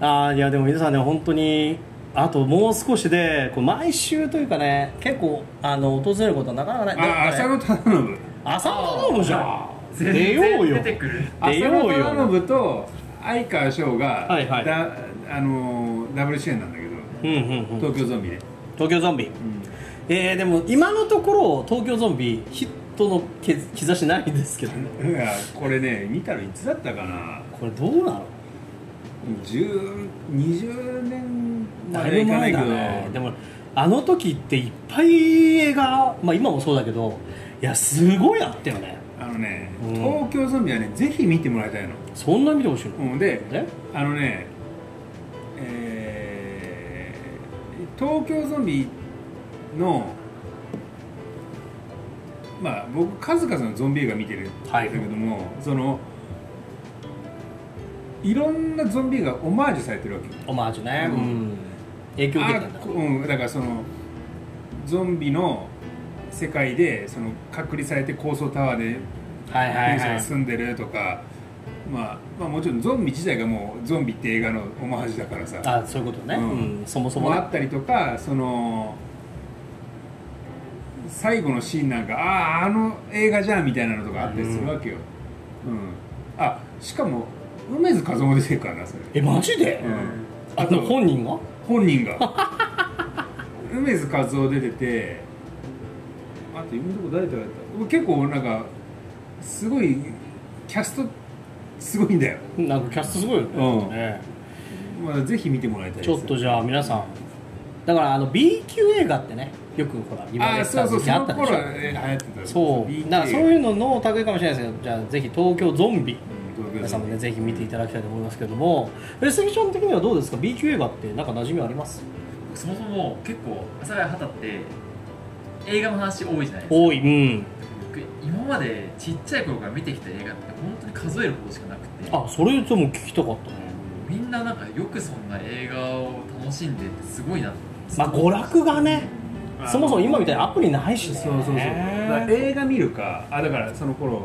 [SPEAKER 1] ああいやでも皆さんね本当にあともう少しでこう毎週というかね結構あの訪れることはなかなかない
[SPEAKER 2] あ
[SPEAKER 1] だ
[SPEAKER 2] 浅
[SPEAKER 1] からね
[SPEAKER 2] 野忠信
[SPEAKER 1] 浅野頼むじゃん
[SPEAKER 3] ゃう
[SPEAKER 1] 出ようよ
[SPEAKER 3] 全然出てくる
[SPEAKER 1] 出
[SPEAKER 2] 浅
[SPEAKER 1] よ
[SPEAKER 2] 野
[SPEAKER 1] うよ
[SPEAKER 2] 忠信と相川翔が、
[SPEAKER 1] はいはい
[SPEAKER 2] だあのーダブル主演なんだけど
[SPEAKER 1] うんうんうん
[SPEAKER 2] 東京ゾンビで、
[SPEAKER 1] 東京ゾンビえー、でも今のところ東京ゾンビヒットのけ兆しないんですけどね
[SPEAKER 2] いやこれね見たらいつだったかな
[SPEAKER 1] これどうなの
[SPEAKER 2] 10 20年ま
[SPEAKER 1] だ
[SPEAKER 2] で
[SPEAKER 1] い
[SPEAKER 2] い
[SPEAKER 1] ぶ
[SPEAKER 2] かな
[SPEAKER 1] 前
[SPEAKER 2] いけ
[SPEAKER 1] だ
[SPEAKER 2] ど
[SPEAKER 1] ねでもあの時っていっぱい映画まあ今もそうだけどいやすごいあったよね
[SPEAKER 2] あのね、
[SPEAKER 1] うん
[SPEAKER 2] 東京ゾンビはねぜひ見てもらいたいの、
[SPEAKER 1] そんな見てほしいの、
[SPEAKER 2] うん、で
[SPEAKER 1] ね
[SPEAKER 2] あのね、えー東京ゾンビのまあ僕数々のゾンビ映画見てるんだ
[SPEAKER 1] はい
[SPEAKER 2] けども、そのいろんなゾンビがオマージュされてるわけ
[SPEAKER 1] オマージュね、う
[SPEAKER 2] うんん
[SPEAKER 1] 影響受け
[SPEAKER 2] あ
[SPEAKER 1] てんだ
[SPEAKER 2] こうん、だからそのゾンビの世界でその隔離されて高層タワーで
[SPEAKER 1] はいはい
[SPEAKER 2] 弊社
[SPEAKER 1] は
[SPEAKER 2] が
[SPEAKER 1] い
[SPEAKER 2] 住んでるとか、まあ、まあもちろんゾンビ自体がもうゾンビって映画のオマージュだからさ
[SPEAKER 1] あそういうことね、う
[SPEAKER 2] うん
[SPEAKER 1] んそもそも
[SPEAKER 2] も
[SPEAKER 1] ね
[SPEAKER 2] あったりとかその最後のシーンなんかあああの映画じゃんみたいなのとかあったりするわけよ、うんあしかも梅津和夫出てるからなそれ、
[SPEAKER 1] えマジで、
[SPEAKER 2] うん
[SPEAKER 1] あの本人が
[SPEAKER 2] 本人が 梅津和夫出ててあと今のとこ誰とやった結構なんかすごいキャストすごいんだよ、
[SPEAKER 1] なんかキャストすごいよね,、
[SPEAKER 2] うん
[SPEAKER 1] ね
[SPEAKER 2] まあ、ぜひ見てもらいたい
[SPEAKER 1] ちょっとじゃあ皆さんだからあの B 級映画ってねよくほら今や
[SPEAKER 2] ああ
[SPEAKER 1] って
[SPEAKER 2] そ
[SPEAKER 1] た
[SPEAKER 2] うそう
[SPEAKER 1] 時
[SPEAKER 2] そ
[SPEAKER 1] 期あ
[SPEAKER 2] の
[SPEAKER 1] ったでし
[SPEAKER 2] 頃
[SPEAKER 1] ょ
[SPEAKER 2] はえ流行ってた
[SPEAKER 1] そうだからそう
[SPEAKER 2] う
[SPEAKER 1] い
[SPEAKER 2] ん
[SPEAKER 1] うのの類いかもしれないですけどじゃあぜひ東京ゾンビ
[SPEAKER 2] 東京
[SPEAKER 1] 皆さんもねぜひ見ていただきたいと思いますけどもえ杉ちゃん的にはどうですか B 級映画ってなんか馴染みあります
[SPEAKER 3] そもそも結構阿佐ヶ谷畑って映画の話多いじゃないですか
[SPEAKER 1] 多いうん
[SPEAKER 3] 僕今までちっちゃい頃から見てきた映画って本当に数えるほどしかなくて
[SPEAKER 1] あそれでも聞きたかったね
[SPEAKER 3] みんななんかよくそんな映画を楽しんでってすごいなって
[SPEAKER 1] まあ娯楽がね
[SPEAKER 2] あの
[SPEAKER 1] そもそも今みたいにアプリないしね
[SPEAKER 2] そうそうそうだから映画見るかあだからその頃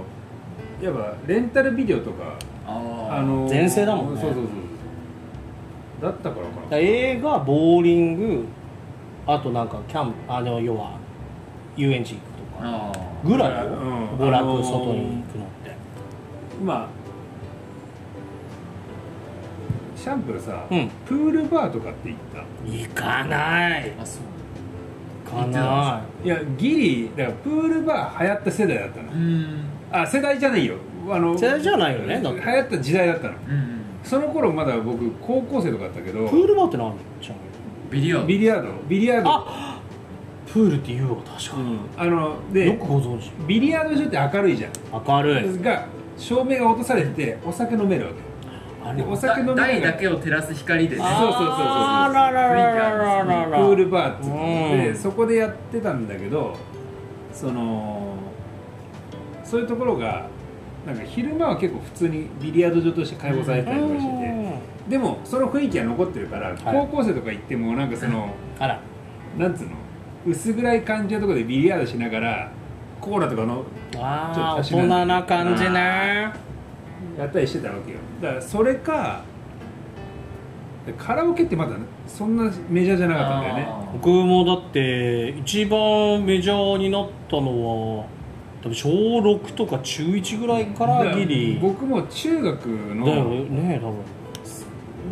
[SPEAKER 2] やっぱレンタルビデオとか
[SPEAKER 3] ああ
[SPEAKER 2] あの
[SPEAKER 1] 全盛だもんね
[SPEAKER 2] そうそうそうだったか
[SPEAKER 1] だ
[SPEAKER 2] らか
[SPEAKER 1] から
[SPEAKER 2] な
[SPEAKER 1] 映画ボーリングあとなんかキャンプあの要は遊園地行くとか
[SPEAKER 3] ああ
[SPEAKER 1] ぐらいよ、
[SPEAKER 2] う
[SPEAKER 1] 娯
[SPEAKER 2] んあ
[SPEAKER 1] 楽
[SPEAKER 2] のー
[SPEAKER 1] 外に行くのって、
[SPEAKER 2] まあシャンプーさ、
[SPEAKER 1] うん
[SPEAKER 2] プールバーとかって行った
[SPEAKER 1] 行かない
[SPEAKER 3] あそう
[SPEAKER 1] 行かない
[SPEAKER 2] いやギリだからプールバー流行った世代だったの
[SPEAKER 3] うーん
[SPEAKER 2] あ世代じゃないよあの
[SPEAKER 1] 世代じゃないよねだ
[SPEAKER 2] 流
[SPEAKER 1] って
[SPEAKER 2] 行った時代だったの
[SPEAKER 3] うんうん
[SPEAKER 2] その頃まだ僕高校生とかだったけど
[SPEAKER 1] プールバーって何じゃん
[SPEAKER 3] ビリヤード
[SPEAKER 2] ビリヤードビリヤード
[SPEAKER 1] あプールって言うわ確か
[SPEAKER 2] う
[SPEAKER 1] に、
[SPEAKER 2] んあの
[SPEAKER 1] よ
[SPEAKER 2] で
[SPEAKER 1] くご存知
[SPEAKER 2] ビリヤード場って明るいじゃん
[SPEAKER 1] 明るい、
[SPEAKER 2] ですが照明が落とされててお酒飲めるわけ
[SPEAKER 1] あれ
[SPEAKER 2] でお
[SPEAKER 1] は
[SPEAKER 2] 酒飲みながら
[SPEAKER 3] 台だけを照らす光でね
[SPEAKER 2] あそうそうそうそう
[SPEAKER 1] あらららららら
[SPEAKER 2] プ
[SPEAKER 1] ら
[SPEAKER 2] ールバーって言って
[SPEAKER 1] うん
[SPEAKER 2] そこでやってたんだけどそのそういうところがなんか昼間は結構普通にビリヤード場として開放されてたりとかしてて、でもその雰囲気は残ってるから、高校生とか行ってもなんかその、
[SPEAKER 1] あら
[SPEAKER 2] なんつうの薄暗い感じのところでビリヤードしながらコーラとかの
[SPEAKER 1] あー大
[SPEAKER 2] ちょっと
[SPEAKER 1] 人な感じね
[SPEAKER 2] やったりしてたわけよだからそれかカラオケってまだねそんなメジャーじゃなかったんだよね
[SPEAKER 1] 僕もだって一番メジャーになったのは多分小6とか中1ぐらいからギリだよ
[SPEAKER 2] 僕も中学の、
[SPEAKER 1] ね多分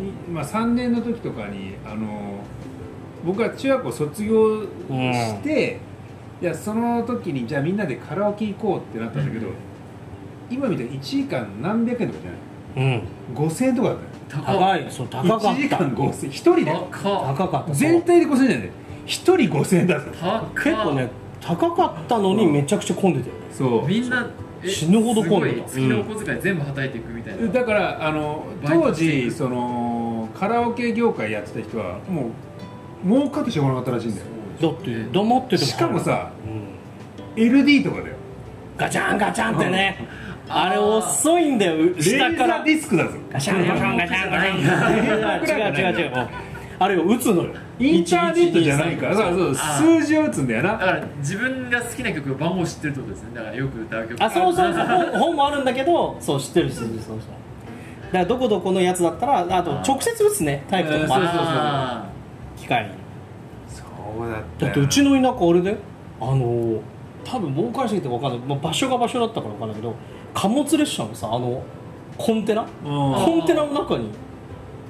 [SPEAKER 2] にまあ、3年の時とかにあの僕は中学校卒業して、いやその時にじゃあみんなでカラオケ行こうってなったんだけど、
[SPEAKER 3] うん
[SPEAKER 2] 今みたいに1時間何百円とかじゃない
[SPEAKER 1] うん
[SPEAKER 2] 5000円とかだったよ
[SPEAKER 1] 高
[SPEAKER 3] い
[SPEAKER 1] いそう高かっ
[SPEAKER 2] 1時
[SPEAKER 1] た
[SPEAKER 2] 間5000円1人で
[SPEAKER 3] 高っ
[SPEAKER 1] 高かった
[SPEAKER 2] 全体で5000円じゃない1人5000円だった
[SPEAKER 3] 高っ
[SPEAKER 1] 結構ね高かったのにめちゃくちゃ混んでたよね
[SPEAKER 2] そう
[SPEAKER 3] みんなえ
[SPEAKER 1] 死ぬほど混んでた
[SPEAKER 3] すごい月のお小遣い全部はたいていくみたいな、
[SPEAKER 2] だからあの
[SPEAKER 3] バイト
[SPEAKER 2] 当
[SPEAKER 3] して
[SPEAKER 2] 時そのカラオケ業界やってた人はもう儲かってしょうがなかったらしいんだよ
[SPEAKER 1] だって黙ってて
[SPEAKER 2] しかもさ
[SPEAKER 1] うん
[SPEAKER 2] LD とかだよ
[SPEAKER 1] ガチャンガチャンってね
[SPEAKER 3] うん
[SPEAKER 1] あれ遅いんだよ
[SPEAKER 2] レーザ
[SPEAKER 1] 下か
[SPEAKER 2] ー
[SPEAKER 1] ら
[SPEAKER 2] ディスクだぞ
[SPEAKER 1] ガシャンガシャンガシャンガシャン違う違う違う違うあれを打つのよ
[SPEAKER 2] インターネットじゃないからそうそう
[SPEAKER 3] あ
[SPEAKER 2] 数字を打つんだよ
[SPEAKER 3] だ
[SPEAKER 2] な
[SPEAKER 3] から自分が好きな曲番号知ってるってことですねだからよく歌う曲
[SPEAKER 1] あそうそうそう本本もあるんだけどそう知ってる知ってるそうそうだからどこどこのやつだったらあと直接打つねタイプとかもある
[SPEAKER 2] えーそうそうそう
[SPEAKER 3] あ
[SPEAKER 1] 機械に
[SPEAKER 2] そうだっ
[SPEAKER 1] だってうちの田舎あれであのー多分儲かりすぎて分かんない、まあ、場所が場所だったから分かんないけど貨物列車のさあのコンテナ
[SPEAKER 2] うん
[SPEAKER 1] コンテナの中に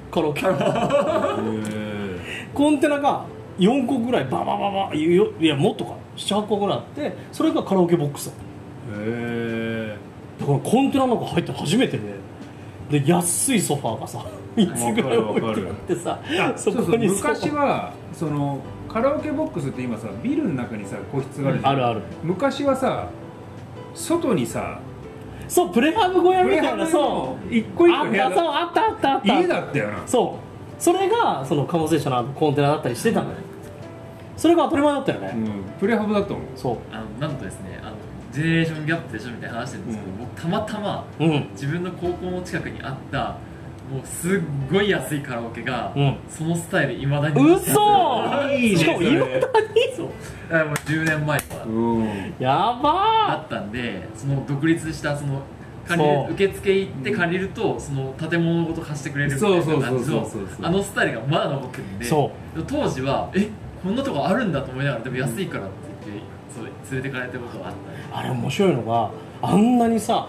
[SPEAKER 1] カラオケ
[SPEAKER 2] へー
[SPEAKER 1] コンテナが4個ぐらいバババババよいやもっとか78個ぐらいあってそれがカラオケボックスだった
[SPEAKER 2] え
[SPEAKER 1] だからコンテナなんか入って初めてでで安いソファーがさ3 つぐらい置いてあってさそこにさ
[SPEAKER 2] 昔はそのカラオケボックスって今さビルの中にさ個室があるじゃん
[SPEAKER 1] あるある
[SPEAKER 2] 昔はさ外にさ
[SPEAKER 1] そうプレハブ小屋
[SPEAKER 2] プ
[SPEAKER 1] み
[SPEAKER 2] レ
[SPEAKER 1] た
[SPEAKER 2] ハ
[SPEAKER 1] い
[SPEAKER 2] ブ
[SPEAKER 1] な
[SPEAKER 2] の
[SPEAKER 1] そう
[SPEAKER 2] 一個一個
[SPEAKER 1] あっ
[SPEAKER 2] 部屋
[SPEAKER 1] たそう
[SPEAKER 2] だ
[SPEAKER 1] あったあったあった
[SPEAKER 2] 家だったよな
[SPEAKER 1] そうそれがその貨物列車のあのコンテナだったりしてたのよそれが当たり前だったよね、
[SPEAKER 2] うんプレハブだと思う
[SPEAKER 1] そ
[SPEAKER 3] あのなんとですねあのジェネレーションギャップでしょみたいな話してるんですけど、
[SPEAKER 2] うん
[SPEAKER 3] 僕たまたま
[SPEAKER 1] ううん
[SPEAKER 3] 自分の高校の近くにあったもうすっごい安いカラオケが、
[SPEAKER 1] うん
[SPEAKER 3] そのスタイルいまだに
[SPEAKER 1] 嘘
[SPEAKER 2] いいね
[SPEAKER 1] しかも今
[SPEAKER 2] それ
[SPEAKER 3] そうだからもう10年前とか
[SPEAKER 2] うん
[SPEAKER 1] やば
[SPEAKER 3] だ
[SPEAKER 1] ー
[SPEAKER 3] ったんでその独立したその借
[SPEAKER 1] そう
[SPEAKER 3] りる受付行って借りると、その建物ごと貸してくれるみたいな感じ
[SPEAKER 2] そう
[SPEAKER 3] の
[SPEAKER 2] そうそうそうそうそう
[SPEAKER 3] あのスタイルがまだ残ってるんで
[SPEAKER 1] そ
[SPEAKER 3] 当時はえこんなとこあるんだと思いながらでも安いからって言ってそう連れてかれたことがあった
[SPEAKER 1] あれ面白いのがあんなにさ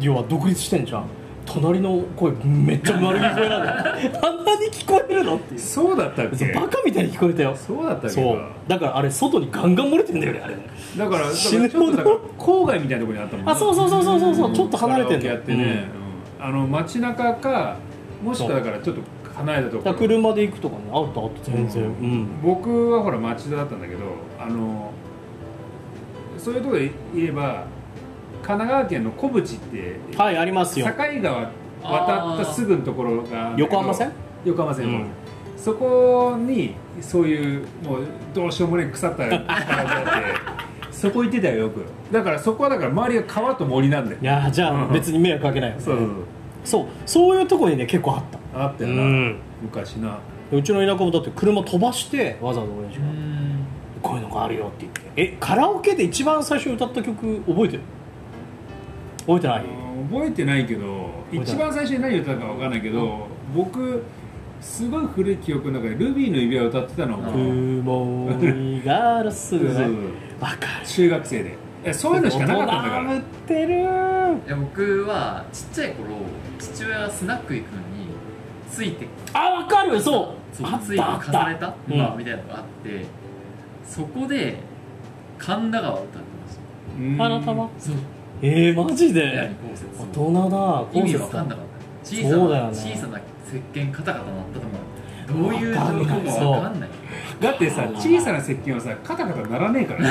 [SPEAKER 1] 要は独立してんじゃん隣の声めっちゃ丸聞こえなん だよあんなに聞こえるのっていう
[SPEAKER 2] そうだったっ
[SPEAKER 1] 嘘
[SPEAKER 2] け
[SPEAKER 1] バカみたいに聞こえたよ
[SPEAKER 2] そうだったっけ
[SPEAKER 1] そうだからあれ外にガンガン漏れてんだよねあれ
[SPEAKER 2] だからだからち
[SPEAKER 1] 死
[SPEAKER 2] ょ
[SPEAKER 1] ぬ
[SPEAKER 2] っと
[SPEAKER 1] ほど
[SPEAKER 2] だから郊外みたいなところにあったもん
[SPEAKER 1] あそうそうそうそうそうそうちょっと離れてんだよ
[SPEAKER 2] カラオケやってね、うんあの街中かもしくは
[SPEAKER 1] そ
[SPEAKER 2] だ
[SPEAKER 1] う
[SPEAKER 2] からちょっと離れたと
[SPEAKER 1] だから
[SPEAKER 2] ころ
[SPEAKER 1] 車で行くとかねあったあった全然
[SPEAKER 2] う
[SPEAKER 1] うん
[SPEAKER 2] 僕はほら町田だったんだけどあのそういうところで言えば神奈川県の小淵って
[SPEAKER 1] はいあります
[SPEAKER 2] 境
[SPEAKER 1] よ
[SPEAKER 2] 川渡ったすぐのところがあるんだけど
[SPEAKER 1] 横浜線
[SPEAKER 2] 横浜線、
[SPEAKER 1] うん
[SPEAKER 2] そこにそういうもうどうしようもねえ腐 った体があってそこ行ってたよよくだからそこはだから周りが川と森なんだよ
[SPEAKER 1] いやーじゃあ
[SPEAKER 2] うん
[SPEAKER 1] 別に迷惑かけないよ
[SPEAKER 2] そうそう
[SPEAKER 1] そうそういうとこにね結構あった
[SPEAKER 2] そうあったよな、
[SPEAKER 1] うん
[SPEAKER 2] 昔な
[SPEAKER 1] うちの田舎もだって車飛ばしてわざわざ親父
[SPEAKER 3] う
[SPEAKER 1] が
[SPEAKER 3] ん
[SPEAKER 1] こういうのがあるよって言ってえカラオケで一番最初歌った曲覚えてる覚えてない
[SPEAKER 2] 覚えてないけど
[SPEAKER 1] えてない
[SPEAKER 2] 一番最初に何歌ったかわかんないけど、僕すごい古い記憶の中で「ルビーの指輪」を歌ってたのを覚えてる
[SPEAKER 1] 雲にガラス
[SPEAKER 2] そうそうそう
[SPEAKER 1] わかる
[SPEAKER 2] 中学生でえそういうのしかなかったんだから
[SPEAKER 1] 大人ぶってる
[SPEAKER 3] いや僕はちっちゃい頃父親がスナック行くのについて
[SPEAKER 1] あわかるそう
[SPEAKER 3] そう
[SPEAKER 1] あ
[SPEAKER 3] つ
[SPEAKER 1] っ
[SPEAKER 3] いて
[SPEAKER 1] たあっ
[SPEAKER 3] 重ね
[SPEAKER 1] た
[SPEAKER 3] た、
[SPEAKER 1] うん
[SPEAKER 3] まあ、みたいなのがあってそこで神田川を歌ってました
[SPEAKER 2] うん
[SPEAKER 1] 花束
[SPEAKER 3] そう
[SPEAKER 1] えー、マジ
[SPEAKER 3] 宮
[SPEAKER 1] で
[SPEAKER 3] 城光節
[SPEAKER 1] 大人だ
[SPEAKER 3] 意味わかんなかった小さな
[SPEAKER 1] そうだよね
[SPEAKER 3] 小さな石鹸カタカタ鳴ったとかどういう状況かわかんない
[SPEAKER 2] だってさ
[SPEAKER 1] あー
[SPEAKER 2] 小さな石鹸はさカタカタならねえからね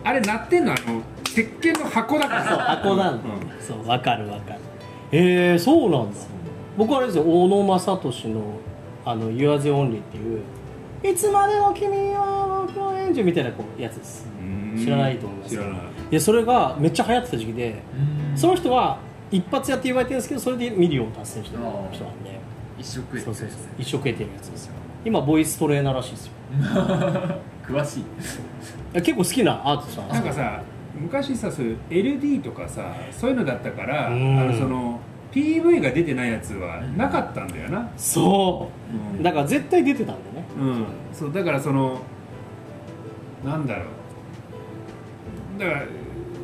[SPEAKER 2] あれ鳴ってんのあの石鹸の箱だから
[SPEAKER 1] そう箱なんだ、
[SPEAKER 2] う
[SPEAKER 1] そうわかるわかるえー、そうなんだ僕はあれですよ小野正俊の「あの Yours Only」っていう「いつまでも君は僕の援助」みたいなこうやつです
[SPEAKER 2] ん
[SPEAKER 1] 知らないと思います
[SPEAKER 2] 知らない
[SPEAKER 1] でそれがめっちゃ流行ってた時期で
[SPEAKER 3] うん
[SPEAKER 1] その人は一発やって言われてるんですけどそれでミリオンを達成した人なんで
[SPEAKER 3] 一生食えて
[SPEAKER 1] そう
[SPEAKER 3] く
[SPEAKER 1] そ
[SPEAKER 3] れ
[SPEAKER 1] う
[SPEAKER 3] て
[SPEAKER 1] そう一生食えてるやつですよ今ボイストレーナーらしいですよ
[SPEAKER 3] 詳しい
[SPEAKER 1] 結構好きなアーティストなんで
[SPEAKER 2] な
[SPEAKER 1] す
[SPEAKER 2] ん
[SPEAKER 1] よ
[SPEAKER 2] かさ昔さそういう LD とかさそういうのだったからあ
[SPEAKER 1] うん
[SPEAKER 2] のその PV が出てないやつはなかったんだよな、
[SPEAKER 1] そううんだから絶対出てたんだよね
[SPEAKER 2] うん、そうだからそのなんだろうだから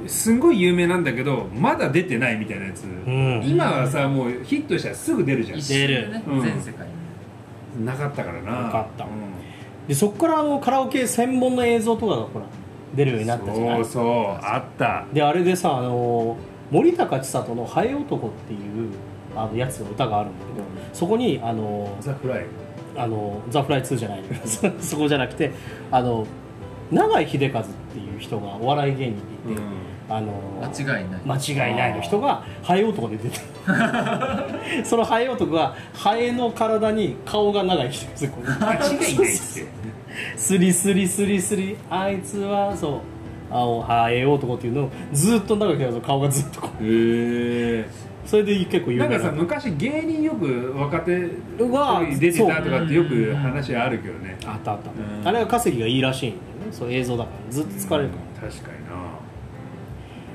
[SPEAKER 2] すんごい有名なんだけどまだ出てないみたいなやつ、
[SPEAKER 1] ん
[SPEAKER 2] 今はさもうヒットしたらすぐ出るじゃ
[SPEAKER 3] 一
[SPEAKER 2] ん
[SPEAKER 3] 瞬でね
[SPEAKER 2] うん
[SPEAKER 3] 全世界に
[SPEAKER 2] なかったからな
[SPEAKER 1] なかった
[SPEAKER 2] うん
[SPEAKER 1] でそこからあのカラオケ専門の映像とかがほら出るようになったじゃな
[SPEAKER 2] そ
[SPEAKER 1] いう
[SPEAKER 2] そうあった
[SPEAKER 1] であれでさあの森高千里の「ハエ男」っていうあのやつの歌があるんだけどそこにあの
[SPEAKER 2] ザ・フライ
[SPEAKER 1] あのザ・フライ2じゃない そそこじゃなくてあの永井秀和っていう人がお笑い芸人でいて、あの
[SPEAKER 3] 間違いない
[SPEAKER 1] 間違いないの人がハエ男で出てるそのハエ男がハエの体に顔が長い秀和こう
[SPEAKER 2] 間違いないって
[SPEAKER 1] スリスリスリスリあいつはそう青ハエ男っていうのをずっと長くやると顔がずっとこう
[SPEAKER 2] へえ
[SPEAKER 1] それで結構有
[SPEAKER 2] な
[SPEAKER 1] 名な
[SPEAKER 2] んかさ昔芸人よく若手
[SPEAKER 1] わ
[SPEAKER 2] 出てたとかってよく話あるけどね
[SPEAKER 1] あったあった、
[SPEAKER 2] うん
[SPEAKER 1] あれは稼ぎがいいらしいんだよねそう映像だからずっと疲れるから、
[SPEAKER 2] うん確か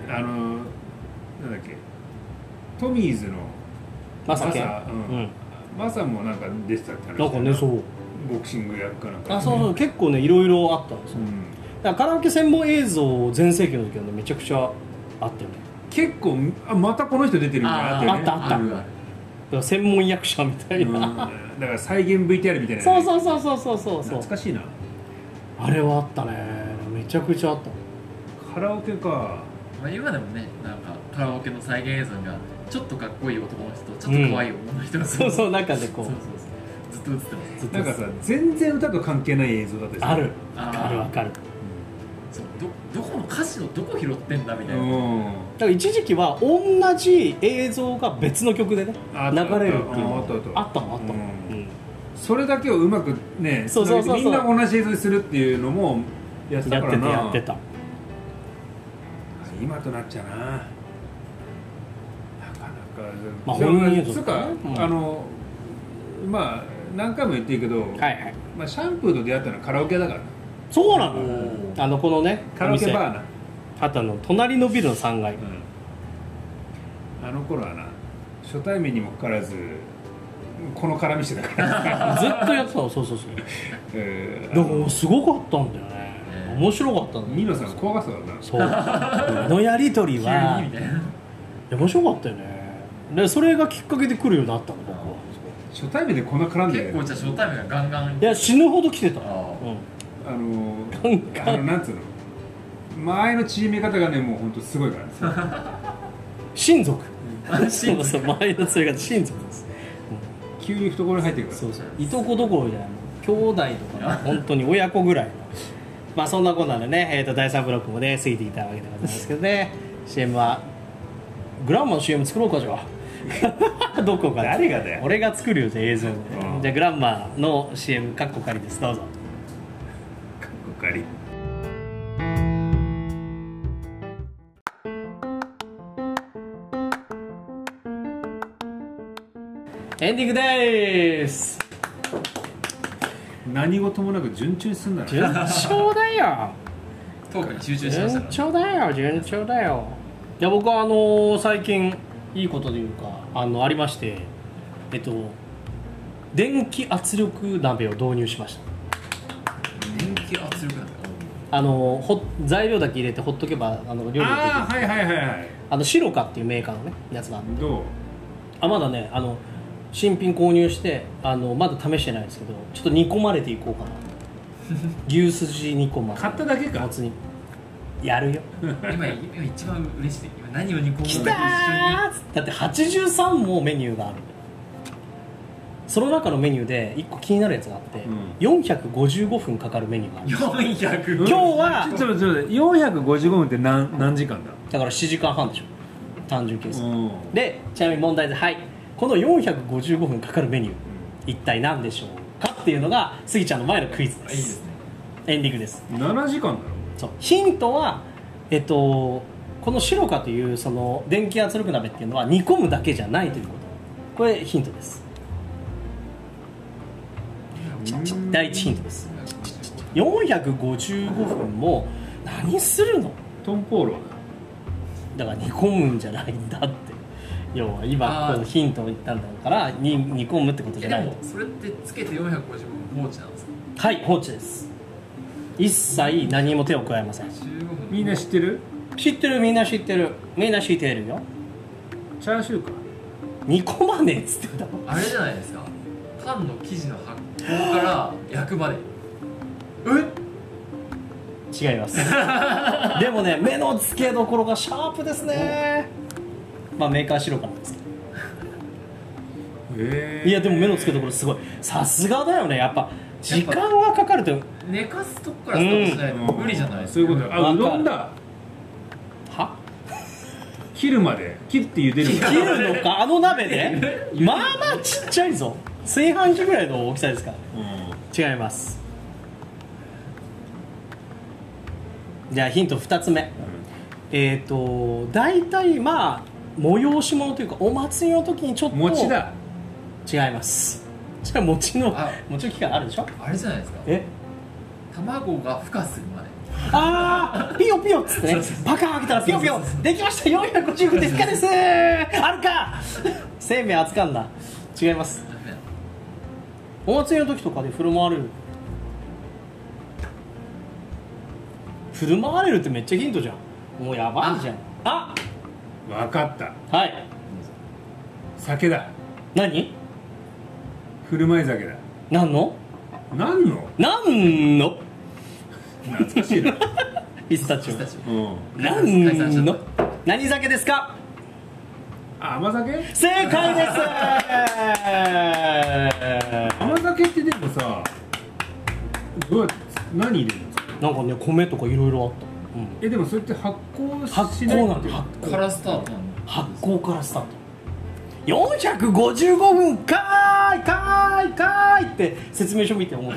[SPEAKER 2] になあのなんだっけトミーズの
[SPEAKER 1] まさけん
[SPEAKER 2] マサうん
[SPEAKER 1] うん
[SPEAKER 2] マサもなんか出てたって話
[SPEAKER 1] なんかねそう
[SPEAKER 2] ボクシング役かなんか
[SPEAKER 1] あそうそう結構ねいろいろあったんですよ、
[SPEAKER 2] うん
[SPEAKER 1] だからカラオケ専門映像全盛期の時はねめちゃくちゃあったよね
[SPEAKER 2] 結構あまたこの人出てるみたいなの
[SPEAKER 1] あーあったあった
[SPEAKER 3] るある
[SPEAKER 1] から専門役者みたい
[SPEAKER 2] うん
[SPEAKER 1] な、
[SPEAKER 2] だから再現 VTR みたいな
[SPEAKER 1] そう
[SPEAKER 2] う
[SPEAKER 1] そうそうそうそうそうそう
[SPEAKER 2] 懐かしいな
[SPEAKER 1] あれはあったねめちゃくちゃあった
[SPEAKER 2] カラオケか
[SPEAKER 3] まあ、今でもねなんかカラオケの再現映像がちょっとかっこいい男の人とちょっと可愛い女の人が、
[SPEAKER 1] そう
[SPEAKER 3] そう
[SPEAKER 1] そう中でこ
[SPEAKER 3] そう
[SPEAKER 1] う
[SPEAKER 3] そうずっと映ってます
[SPEAKER 1] ずっと
[SPEAKER 2] なんかさ全然歌と関係ない映像だったりす
[SPEAKER 1] ある
[SPEAKER 3] あー
[SPEAKER 1] あるわかるだか
[SPEAKER 3] そうどどこの歌詞のどこ拾ってんだみ
[SPEAKER 2] う
[SPEAKER 3] たいな、
[SPEAKER 2] ん
[SPEAKER 1] ら一時期は同じ映像が別の曲でね
[SPEAKER 2] あ
[SPEAKER 1] 流れるっていう
[SPEAKER 2] あったあった
[SPEAKER 1] あったもんあったもん
[SPEAKER 2] うん
[SPEAKER 1] うん
[SPEAKER 2] それだけをうまくね
[SPEAKER 1] そうそうそうそう
[SPEAKER 2] つなげてみんな同じ映像にするっていうのもやって
[SPEAKER 1] や
[SPEAKER 2] た
[SPEAKER 1] っ
[SPEAKER 2] か
[SPEAKER 1] て
[SPEAKER 2] ら
[SPEAKER 1] た
[SPEAKER 2] な
[SPEAKER 1] やってた
[SPEAKER 2] 今となっちゃななかなか、
[SPEAKER 1] まあ
[SPEAKER 2] でも
[SPEAKER 1] 本人映像
[SPEAKER 2] つうか、
[SPEAKER 1] うん
[SPEAKER 2] あのまあ何回も言ってるけど、
[SPEAKER 1] はいはい
[SPEAKER 2] まあ、シャンプーと出会ったのはカラオケだから
[SPEAKER 1] そうな
[SPEAKER 3] お
[SPEAKER 1] の
[SPEAKER 3] ー
[SPEAKER 1] あのこのね
[SPEAKER 2] カラオケバーな、
[SPEAKER 1] あとあの隣のビルの3階
[SPEAKER 2] うんあの頃はな初対面にもかかわらずこの絡みしてたから、
[SPEAKER 1] ずっとやってたのそうそうそう
[SPEAKER 2] えー
[SPEAKER 1] でもすごかったんだよね
[SPEAKER 3] うん
[SPEAKER 1] 面白かったの
[SPEAKER 2] ミノさん怖がってたからな
[SPEAKER 1] そう あのやり取り
[SPEAKER 3] 急
[SPEAKER 1] は
[SPEAKER 3] にみたいな
[SPEAKER 1] 面白かったよねでそれがきっかけで来るようになったの僕は
[SPEAKER 2] 初対面でこんな絡んで
[SPEAKER 3] 結構じゃあ初対面がガンガン
[SPEAKER 1] いや死ぬほど来てた、
[SPEAKER 3] あー
[SPEAKER 1] う
[SPEAKER 2] あの
[SPEAKER 1] なんか
[SPEAKER 2] あのなんつうの間合いの縮め方がねもうほんとすごいからね
[SPEAKER 1] ん、親族
[SPEAKER 3] 安
[SPEAKER 1] そ
[SPEAKER 3] 心
[SPEAKER 1] う
[SPEAKER 3] 感
[SPEAKER 1] そう周りのそれが親族です
[SPEAKER 2] 急に懐に入ってくるか
[SPEAKER 1] そうそういとこどころじゃないもう兄弟とかね本当に親子ぐらいのまあそんなこんなでね、えー、と第3ブロックもね過ぎていたわけでございますけどね CM はグランマの CM 作ろうかじゃあ どこかで
[SPEAKER 2] 誰がだよ
[SPEAKER 1] 俺が作るよって映像を
[SPEAKER 2] うん
[SPEAKER 1] じゃあグランマの CM かっこかりですどうぞ
[SPEAKER 2] らかっこかり
[SPEAKER 1] エンディングでーす
[SPEAKER 2] 何事もなく順調に進んだ
[SPEAKER 1] 順
[SPEAKER 2] な
[SPEAKER 1] 調だよ
[SPEAKER 3] トークに集中しました
[SPEAKER 1] 順
[SPEAKER 3] から
[SPEAKER 1] 調だよ順調だよいや僕はあのー最近いいことというかあのありましてえっと電気圧力鍋を導入しまし
[SPEAKER 3] 電気圧力なんだ
[SPEAKER 1] たあのーほ材料だけ入れてほっとけばあの料理ができる
[SPEAKER 2] ああはいはいはいはい
[SPEAKER 1] あのシロカっていうメーカーのねやつなんで
[SPEAKER 2] どう
[SPEAKER 1] あまだねあの新品購入してあのまだ試してないんですけどちょっと煮込まれていこう かな牛すじ煮込まれ
[SPEAKER 2] 買っただけか
[SPEAKER 1] もつ煮やるよ
[SPEAKER 3] 今今一番嬉しい今何を煮込むの
[SPEAKER 1] 来た
[SPEAKER 3] 一緒に
[SPEAKER 1] ーだって83もメニューがあるその中のメニューで1個気になるやつがあって、455分かかるメニューがある
[SPEAKER 3] 400
[SPEAKER 1] 今日は
[SPEAKER 2] ちょっとちょっと455分って何何時間だ
[SPEAKER 1] だから7時間半でしょ単純計
[SPEAKER 2] う
[SPEAKER 1] 算、
[SPEAKER 2] ん
[SPEAKER 1] でちなみに問題ではいこの455分かかるメニュー一体何でしょうかっていうのがスギちゃんの前のクイズで
[SPEAKER 3] いいですすね
[SPEAKER 1] エンディングです
[SPEAKER 2] 7時間だろ
[SPEAKER 1] そうヒントはえっとこのシロカというその電気圧力鍋っていうのは煮込むだけじゃないということこれヒントです
[SPEAKER 2] うん
[SPEAKER 1] 第一ヒントです455分も何するの
[SPEAKER 2] トンポーロ
[SPEAKER 1] だから煮込むんじゃないんだって要は今
[SPEAKER 3] あー
[SPEAKER 1] このヒントを言ったんだからに煮込むってこと
[SPEAKER 3] い
[SPEAKER 1] じゃな
[SPEAKER 3] やで
[SPEAKER 1] い
[SPEAKER 3] もそれってつけて450分放置なんですか
[SPEAKER 1] はい放置です一切何も手を加えません
[SPEAKER 3] 15分
[SPEAKER 2] みんな知ってる
[SPEAKER 1] 知ってるみんな知ってるみんな知ってるよ
[SPEAKER 2] チャーシューか
[SPEAKER 1] 煮込まねえっつってんだろ
[SPEAKER 3] あれじゃないですかパンの生地の発酵から焼くまで
[SPEAKER 1] 違
[SPEAKER 3] え
[SPEAKER 1] い ますでもね目の付けどころがシャープですねまあメーカー白なんですけど
[SPEAKER 2] へ
[SPEAKER 1] いやでも目の付けどころすごいさすがだよねやっぱ時間がかかると
[SPEAKER 3] 寝かすとこからスタートしないと無理じゃないですか
[SPEAKER 2] そういうことだあ
[SPEAKER 1] わか
[SPEAKER 2] う
[SPEAKER 1] る
[SPEAKER 2] どんだ
[SPEAKER 1] は
[SPEAKER 2] 切るまで切って茹でるまで
[SPEAKER 1] 切るのかあの鍋でまあまあちっちゃいぞ炊飯器ぐらいの大きさですか
[SPEAKER 2] うん
[SPEAKER 1] 違いますじゃあヒント2つ目えっ、ー、と大体まあ催し物というかお祭りの時にちょっと
[SPEAKER 2] 餅だ
[SPEAKER 1] 違いますじゃあ餅の
[SPEAKER 3] あ
[SPEAKER 1] 餅の期間あるでしょ
[SPEAKER 3] あれじゃないですか
[SPEAKER 1] え
[SPEAKER 3] 卵が孵化するまで
[SPEAKER 1] あーピヨピヨっつってねパカー開けたらピヨピヨできました450分でふかですあるか生命扱うんだ違います
[SPEAKER 3] ダメなの
[SPEAKER 1] お祭りの時とかで振る舞われる振る舞われるってめっちゃヒントじゃんもうやばいじゃんあ
[SPEAKER 2] 分かった
[SPEAKER 1] はい
[SPEAKER 2] 酒だ
[SPEAKER 1] 何
[SPEAKER 2] 振る舞い酒だ
[SPEAKER 1] 何の
[SPEAKER 2] 何の
[SPEAKER 1] 何の
[SPEAKER 2] 懐かしい な
[SPEAKER 1] ピスタチ
[SPEAKER 3] ピスタ
[SPEAKER 1] オ
[SPEAKER 3] チ
[SPEAKER 2] うん
[SPEAKER 1] 何
[SPEAKER 3] 解散しちゃ
[SPEAKER 1] の
[SPEAKER 3] っ
[SPEAKER 1] 何酒ですか
[SPEAKER 2] あ甘酒
[SPEAKER 1] 正解 です
[SPEAKER 2] 甘酒ってでもさどうやって何入れるんですか
[SPEAKER 1] なんかね米とかいろいろあった、うん
[SPEAKER 2] えでもそれって発酵
[SPEAKER 1] 発
[SPEAKER 2] しない
[SPEAKER 1] 酵な
[SPEAKER 2] っ
[SPEAKER 1] ん
[SPEAKER 2] て
[SPEAKER 1] で
[SPEAKER 2] いう
[SPEAKER 1] 発酵
[SPEAKER 3] オからスタートなの
[SPEAKER 1] 発酵からスタート455分かーいかーいかーいって説明書見て思う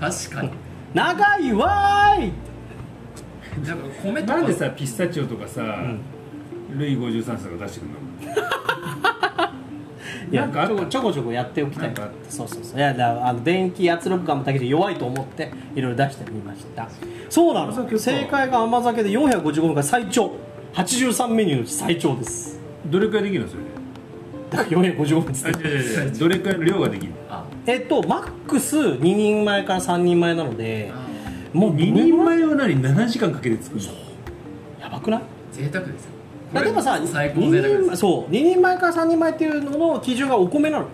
[SPEAKER 3] 確かに
[SPEAKER 1] 長いわーい
[SPEAKER 3] なんか米とか
[SPEAKER 2] なんでさピスタチオとかさ、
[SPEAKER 1] ん
[SPEAKER 2] ルイ53世が出してくるの
[SPEAKER 1] いや
[SPEAKER 2] なんかあ
[SPEAKER 1] ち
[SPEAKER 2] る
[SPEAKER 1] ょこちょこちょこやっておきたい
[SPEAKER 2] なんかあっ
[SPEAKER 1] そうそうそういやだからあの電気圧力感もだけど弱いと思っていろいろ出してみましたそうな
[SPEAKER 2] 甘酒
[SPEAKER 1] の
[SPEAKER 2] か
[SPEAKER 1] 正解が甘酒で455分が最長83メニューのうち最長です
[SPEAKER 2] どれくらいできるのそれで
[SPEAKER 1] だから455分です
[SPEAKER 2] あ違う違う違うどれくらいの量ができるの
[SPEAKER 3] あ
[SPEAKER 1] えっとマックス2人前から3人前なので
[SPEAKER 3] あ
[SPEAKER 1] もう
[SPEAKER 2] 2人前は何7時間かけて作るの
[SPEAKER 1] やばくない
[SPEAKER 3] 贅沢ですよ
[SPEAKER 1] まあでもさ
[SPEAKER 3] これ最高
[SPEAKER 1] 二
[SPEAKER 3] 贅沢
[SPEAKER 1] 人
[SPEAKER 3] で
[SPEAKER 1] 前
[SPEAKER 3] す
[SPEAKER 1] そう2人前から3人前っていうのの基準がお米なのよ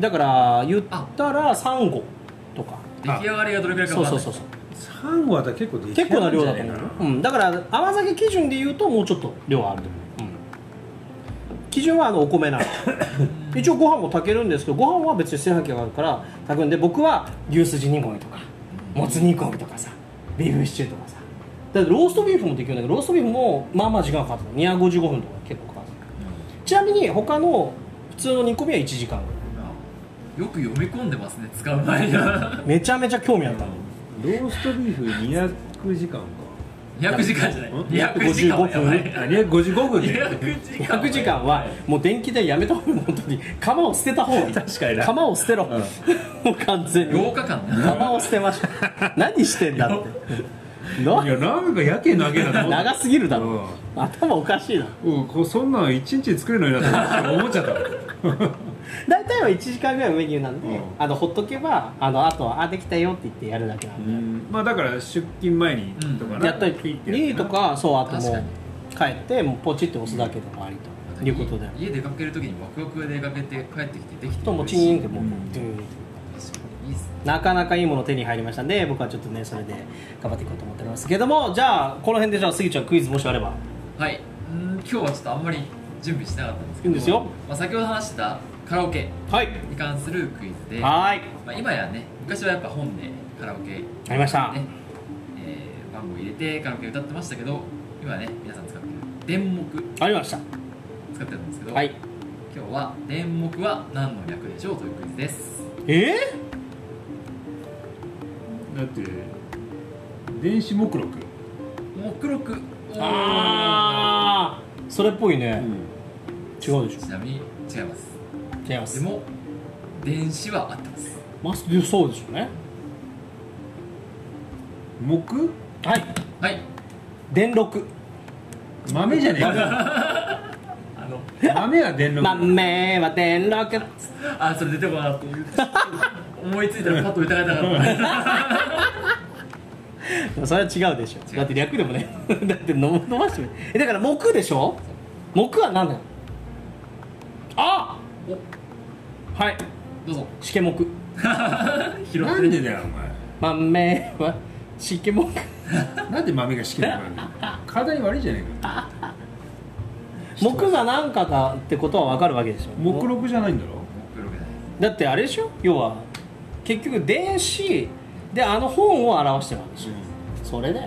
[SPEAKER 1] だから言ったら3合とか
[SPEAKER 3] 出来上がりがどれくらいか
[SPEAKER 1] そ
[SPEAKER 3] 分
[SPEAKER 1] うそう
[SPEAKER 3] かんない
[SPEAKER 1] そうそう
[SPEAKER 2] 3合あったら結構でき
[SPEAKER 1] 結構な量だと
[SPEAKER 2] ね
[SPEAKER 1] 思うよ、うん、だから甘酒基準で言うともうちょっと量はあると思う、うん、基準はあのお米 なの一応ご飯も炊けるんですけどご飯は別に炊飯器があるから炊くんで僕は牛すじ煮込みとかもつ煮込みとかさビーフシチューとかさだってローストビーフもできるんだけどローストビーフもまあまあ時間かかってた255分とか結構かかってたちなみに他の普通の煮込みは1時間ぐらい
[SPEAKER 3] うんよく読み込んでますね使う前には
[SPEAKER 1] めちゃめちゃ興味あったの
[SPEAKER 2] ローストビーフ200時間か
[SPEAKER 3] 200時間じゃない
[SPEAKER 2] ん
[SPEAKER 3] 200時間はやばい
[SPEAKER 2] あ255分ね
[SPEAKER 3] 200時間
[SPEAKER 1] 100時間はもう電気代やめた方がいい本当に釜を捨てた方がいい
[SPEAKER 2] 確かにな
[SPEAKER 1] 釜を捨てろ、もう完全に
[SPEAKER 3] 8日間な
[SPEAKER 1] 釜を捨てました何してんだってない
[SPEAKER 2] やなんかやけに投げなと思った
[SPEAKER 1] 長すぎるだろ頭おかしいな
[SPEAKER 2] うんこうそんなん1日で作れるのになって思っちゃった
[SPEAKER 1] 大体は1時間ぐらいのメニューなんで、
[SPEAKER 2] うん
[SPEAKER 1] あのほっとけばあのあとはあできたよって言ってやるだけな
[SPEAKER 2] うん
[SPEAKER 1] で、
[SPEAKER 2] んまあだから出勤前にとかな
[SPEAKER 1] やっとい
[SPEAKER 2] 切
[SPEAKER 1] て
[SPEAKER 2] ってやる
[SPEAKER 1] いとかそうあとも
[SPEAKER 3] 確か
[SPEAKER 1] う
[SPEAKER 3] に
[SPEAKER 1] 帰ってもうポチって押すだけでもありということで、
[SPEAKER 3] 家出かける時にワクワクが出かけて帰ってきてできて
[SPEAKER 1] ともうチ
[SPEAKER 3] し
[SPEAKER 1] ーンってもう、
[SPEAKER 2] うん
[SPEAKER 1] ドゥーンって
[SPEAKER 3] 確かにいいっすね
[SPEAKER 1] なかなかいいもの手に入りましたんで僕はちょっとねそれで頑張っていこうと思っておりますけどもじゃあこの辺でじゃあスギちゃんクイズもしあれば
[SPEAKER 3] はいうーん今日はちょっとあんまり準備してなかったんですけど
[SPEAKER 1] いいんですよ
[SPEAKER 3] まあ、先ほど話したカラオケ
[SPEAKER 1] はい
[SPEAKER 3] に関するクイズで、ま
[SPEAKER 1] はーい
[SPEAKER 3] あ、今やね昔はやっぱ本でカラオケね、
[SPEAKER 1] ありました、
[SPEAKER 3] えー番号入れてカラオケ歌ってましたけど今はね皆さん使ってる電目
[SPEAKER 1] ありました
[SPEAKER 3] 使ってるんですけど、
[SPEAKER 1] はい
[SPEAKER 3] 今日は電目は何の略でしょうというクイズです
[SPEAKER 1] え
[SPEAKER 2] だって電子目録
[SPEAKER 3] 目録
[SPEAKER 1] ー、あーそれっぽいね、違うでし
[SPEAKER 3] ちなみに違います
[SPEAKER 1] ょ違いま
[SPEAKER 3] ですも電子は合ってます
[SPEAKER 1] マスでそうでしょうね
[SPEAKER 2] 木
[SPEAKER 1] はい
[SPEAKER 3] はい
[SPEAKER 1] 電録
[SPEAKER 2] 豆じゃね えか
[SPEAKER 3] あの
[SPEAKER 2] 豆は電録
[SPEAKER 1] 豆は電録
[SPEAKER 3] あそれ出てこなかった 思いついたらパッと疑いたかっ
[SPEAKER 1] それは違うでし
[SPEAKER 3] 違
[SPEAKER 1] ょ
[SPEAKER 3] う
[SPEAKER 1] だって略でもね だって飲飲ましてみえだから木でしょ木は何だよあ
[SPEAKER 3] たお
[SPEAKER 1] はい
[SPEAKER 3] どうぞ
[SPEAKER 1] 試験木
[SPEAKER 3] 拾
[SPEAKER 2] な
[SPEAKER 3] っ
[SPEAKER 2] ん
[SPEAKER 3] て
[SPEAKER 2] でだよお前
[SPEAKER 1] 豆は試 験木
[SPEAKER 2] なんで豆が好きなのか体に悪いじゃねえか
[SPEAKER 1] 木が何かだってことは分かるわけでしょ
[SPEAKER 2] 目録じゃないんだろ
[SPEAKER 3] ブログだね
[SPEAKER 1] だってあれでしょ要は結局電子であの本を表してるわけでしょそれで
[SPEAKER 2] だか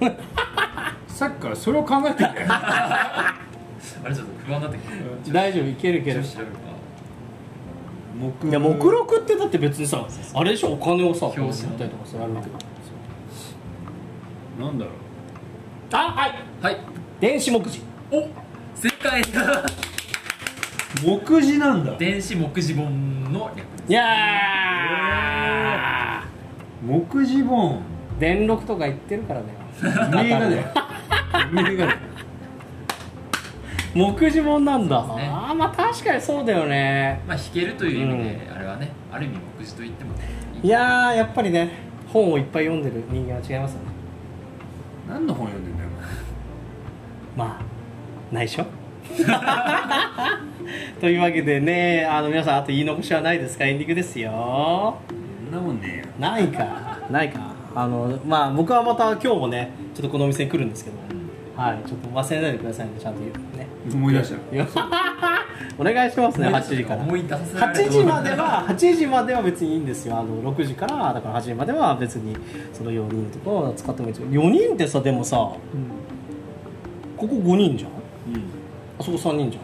[SPEAKER 2] らさっきからそれを考えてんだよ
[SPEAKER 3] あれちょっと不安になってきて
[SPEAKER 1] 大丈夫いけるいける
[SPEAKER 3] 調べるか
[SPEAKER 2] 木
[SPEAKER 1] いや目録ってだって別にさあれでしょお金をさ
[SPEAKER 3] 表紙
[SPEAKER 1] 売
[SPEAKER 3] の
[SPEAKER 1] ったりとかするわけだよ
[SPEAKER 2] なんだろう
[SPEAKER 1] あはい
[SPEAKER 3] はい
[SPEAKER 1] 電子目次
[SPEAKER 3] お正解
[SPEAKER 2] 目次なんだ
[SPEAKER 3] 電子目次本の略です
[SPEAKER 1] いや
[SPEAKER 2] 目次 本
[SPEAKER 1] ー電録とか言ってるからね
[SPEAKER 2] 名画だよ名画だよ
[SPEAKER 1] 目次本なんだ、
[SPEAKER 3] ね
[SPEAKER 1] ああまあ確かにそうだよね
[SPEAKER 3] まあ弾けるという意味で、あれはねある意味目次と言っても
[SPEAKER 1] いやーやっぱりね本をいっぱい読んでる人間は違いますよね
[SPEAKER 2] 何の本読んでんだよ
[SPEAKER 1] まあ内緒 というわけでねあの皆さんあと言い残しはないですかエンディングですよ
[SPEAKER 2] そんなもんね
[SPEAKER 1] ないかないかあのまあ僕はまた今日もねちょっとこのお店に来るんですけどはいちょっと忘れないでくださいねちゃんと言うね
[SPEAKER 2] えよ思い出した
[SPEAKER 1] よ お願いしますね8時から
[SPEAKER 3] 思い出させられ
[SPEAKER 1] 8
[SPEAKER 3] る
[SPEAKER 1] 時までは8時までは別にいいんですよあの6時からだから8時までは別にその4人とかを使ってもいいですよ4人ってさでもさここ5人じゃん
[SPEAKER 2] う
[SPEAKER 1] あそこ3人じゃ
[SPEAKER 2] ん、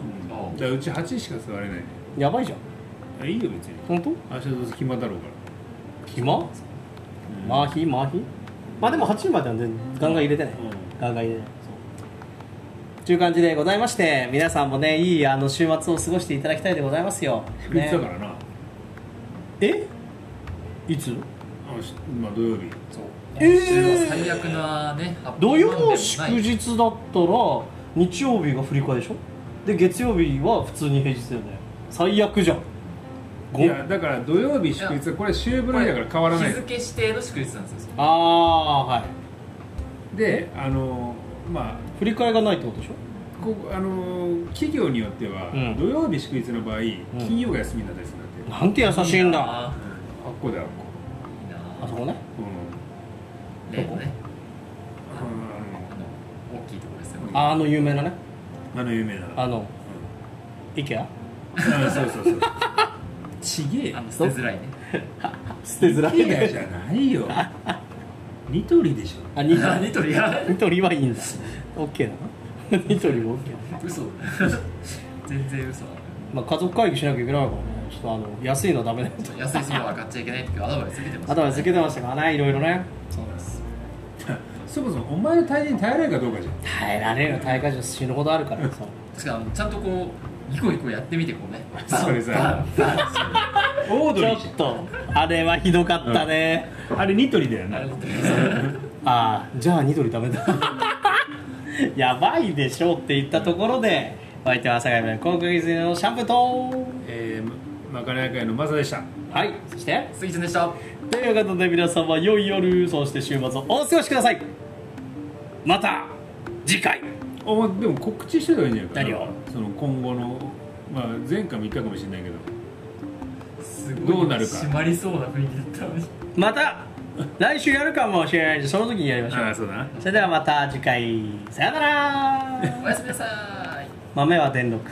[SPEAKER 2] うん、じゃあうち8しか座れないね
[SPEAKER 1] んやばいじゃん
[SPEAKER 2] あいいよ別に
[SPEAKER 1] 本当
[SPEAKER 2] 明日どうせ暇だろうか
[SPEAKER 1] 暇
[SPEAKER 2] ら
[SPEAKER 1] マーヒーマーヒーまあでも8時までは全然ガンガン入れてない、
[SPEAKER 2] う
[SPEAKER 1] ガンガン入れてないという感じでございまして皆さんもねいいあの週末を過ごしていただきたいでございますよ、
[SPEAKER 2] 祝日
[SPEAKER 1] ね
[SPEAKER 2] だからな、
[SPEAKER 1] えいつ
[SPEAKER 2] あしまあ土曜日
[SPEAKER 3] そう
[SPEAKER 1] えー
[SPEAKER 3] 今週は最悪なね発
[SPEAKER 1] 土
[SPEAKER 3] 表
[SPEAKER 1] 曜
[SPEAKER 3] なんでもない
[SPEAKER 1] 祝日だったら日曜日が振り替えでしょで月曜日は普通に平日だよね最悪じゃんご
[SPEAKER 2] いやだから土曜日祝日はこれ週分の日だから変わらない
[SPEAKER 3] 日付指定の祝日なんですよ
[SPEAKER 1] ああはい
[SPEAKER 2] であのまあ
[SPEAKER 1] 振り替えがないってことでしょ
[SPEAKER 2] ここあの企業によっては、
[SPEAKER 1] うん
[SPEAKER 2] 土曜日祝日の場合金曜が休みになったりするんだって、あ
[SPEAKER 1] なんて優しいんだあ
[SPEAKER 3] あ
[SPEAKER 2] っこだよ
[SPEAKER 3] いいなあ
[SPEAKER 1] そこね
[SPEAKER 2] この
[SPEAKER 3] 例のね
[SPEAKER 2] あ
[SPEAKER 3] あの大きいところですよ
[SPEAKER 1] ああの有名なね
[SPEAKER 2] のあの有名な
[SPEAKER 1] あの IKEA
[SPEAKER 2] うん、そうそうそうちげえ
[SPEAKER 3] あの捨てづらいね
[SPEAKER 1] 捨てづらい
[SPEAKER 2] や
[SPEAKER 1] ね
[SPEAKER 2] じゃないよニトリでしょ
[SPEAKER 1] あ ニト
[SPEAKER 3] あニトリや
[SPEAKER 1] リニトリはいいんだ OK だな ニトリも OK だな
[SPEAKER 3] 嘘全然嘘だ
[SPEAKER 1] まあ家族会議しなきゃいけないからねちょっとあの安いのはダメだよ
[SPEAKER 3] 安いすぎは買っちゃいけないっていうアドバイス受けてました
[SPEAKER 1] あとは付けてましたからねいろいろねそうです
[SPEAKER 2] そもそもお前の体重に耐えられるかどうかじゃん
[SPEAKER 1] 耐えられるよ耐えかじゃ死ぬほどあるからさ
[SPEAKER 3] しかもちゃんとこうニコニコやってみてこうね
[SPEAKER 2] それさ
[SPEAKER 3] バンバンバン
[SPEAKER 2] オード
[SPEAKER 1] ち
[SPEAKER 2] リ
[SPEAKER 1] ょ
[SPEAKER 2] ーじ
[SPEAKER 1] っとあれはひどかったね、
[SPEAKER 2] ゃんあれニトリだよ
[SPEAKER 3] あ
[SPEAKER 2] な
[SPEAKER 3] れ
[SPEAKER 1] ああじゃあニトリダメだ やばいでしょうって言ったところでお相手は朝霞の航空技術のシャンプーと
[SPEAKER 2] えー、まかない会のマサでした
[SPEAKER 1] はいそして
[SPEAKER 3] スギちゃんでした
[SPEAKER 1] ということで皆様良い夜そして週末をお過ごしくださいまた次回
[SPEAKER 2] お前でも告知してたらいいんじゃないかな
[SPEAKER 1] 何を
[SPEAKER 2] その今後のまあ前回も言ったかもしれないけど
[SPEAKER 3] すごい
[SPEAKER 2] どうなるか
[SPEAKER 3] 締まりそうな雰囲気だったのに
[SPEAKER 1] また来週やるかもしれないんでその時にやりましょう
[SPEAKER 2] あそうだな
[SPEAKER 1] それではまた次回さよなら
[SPEAKER 3] おやすみなさい
[SPEAKER 1] 豆は電力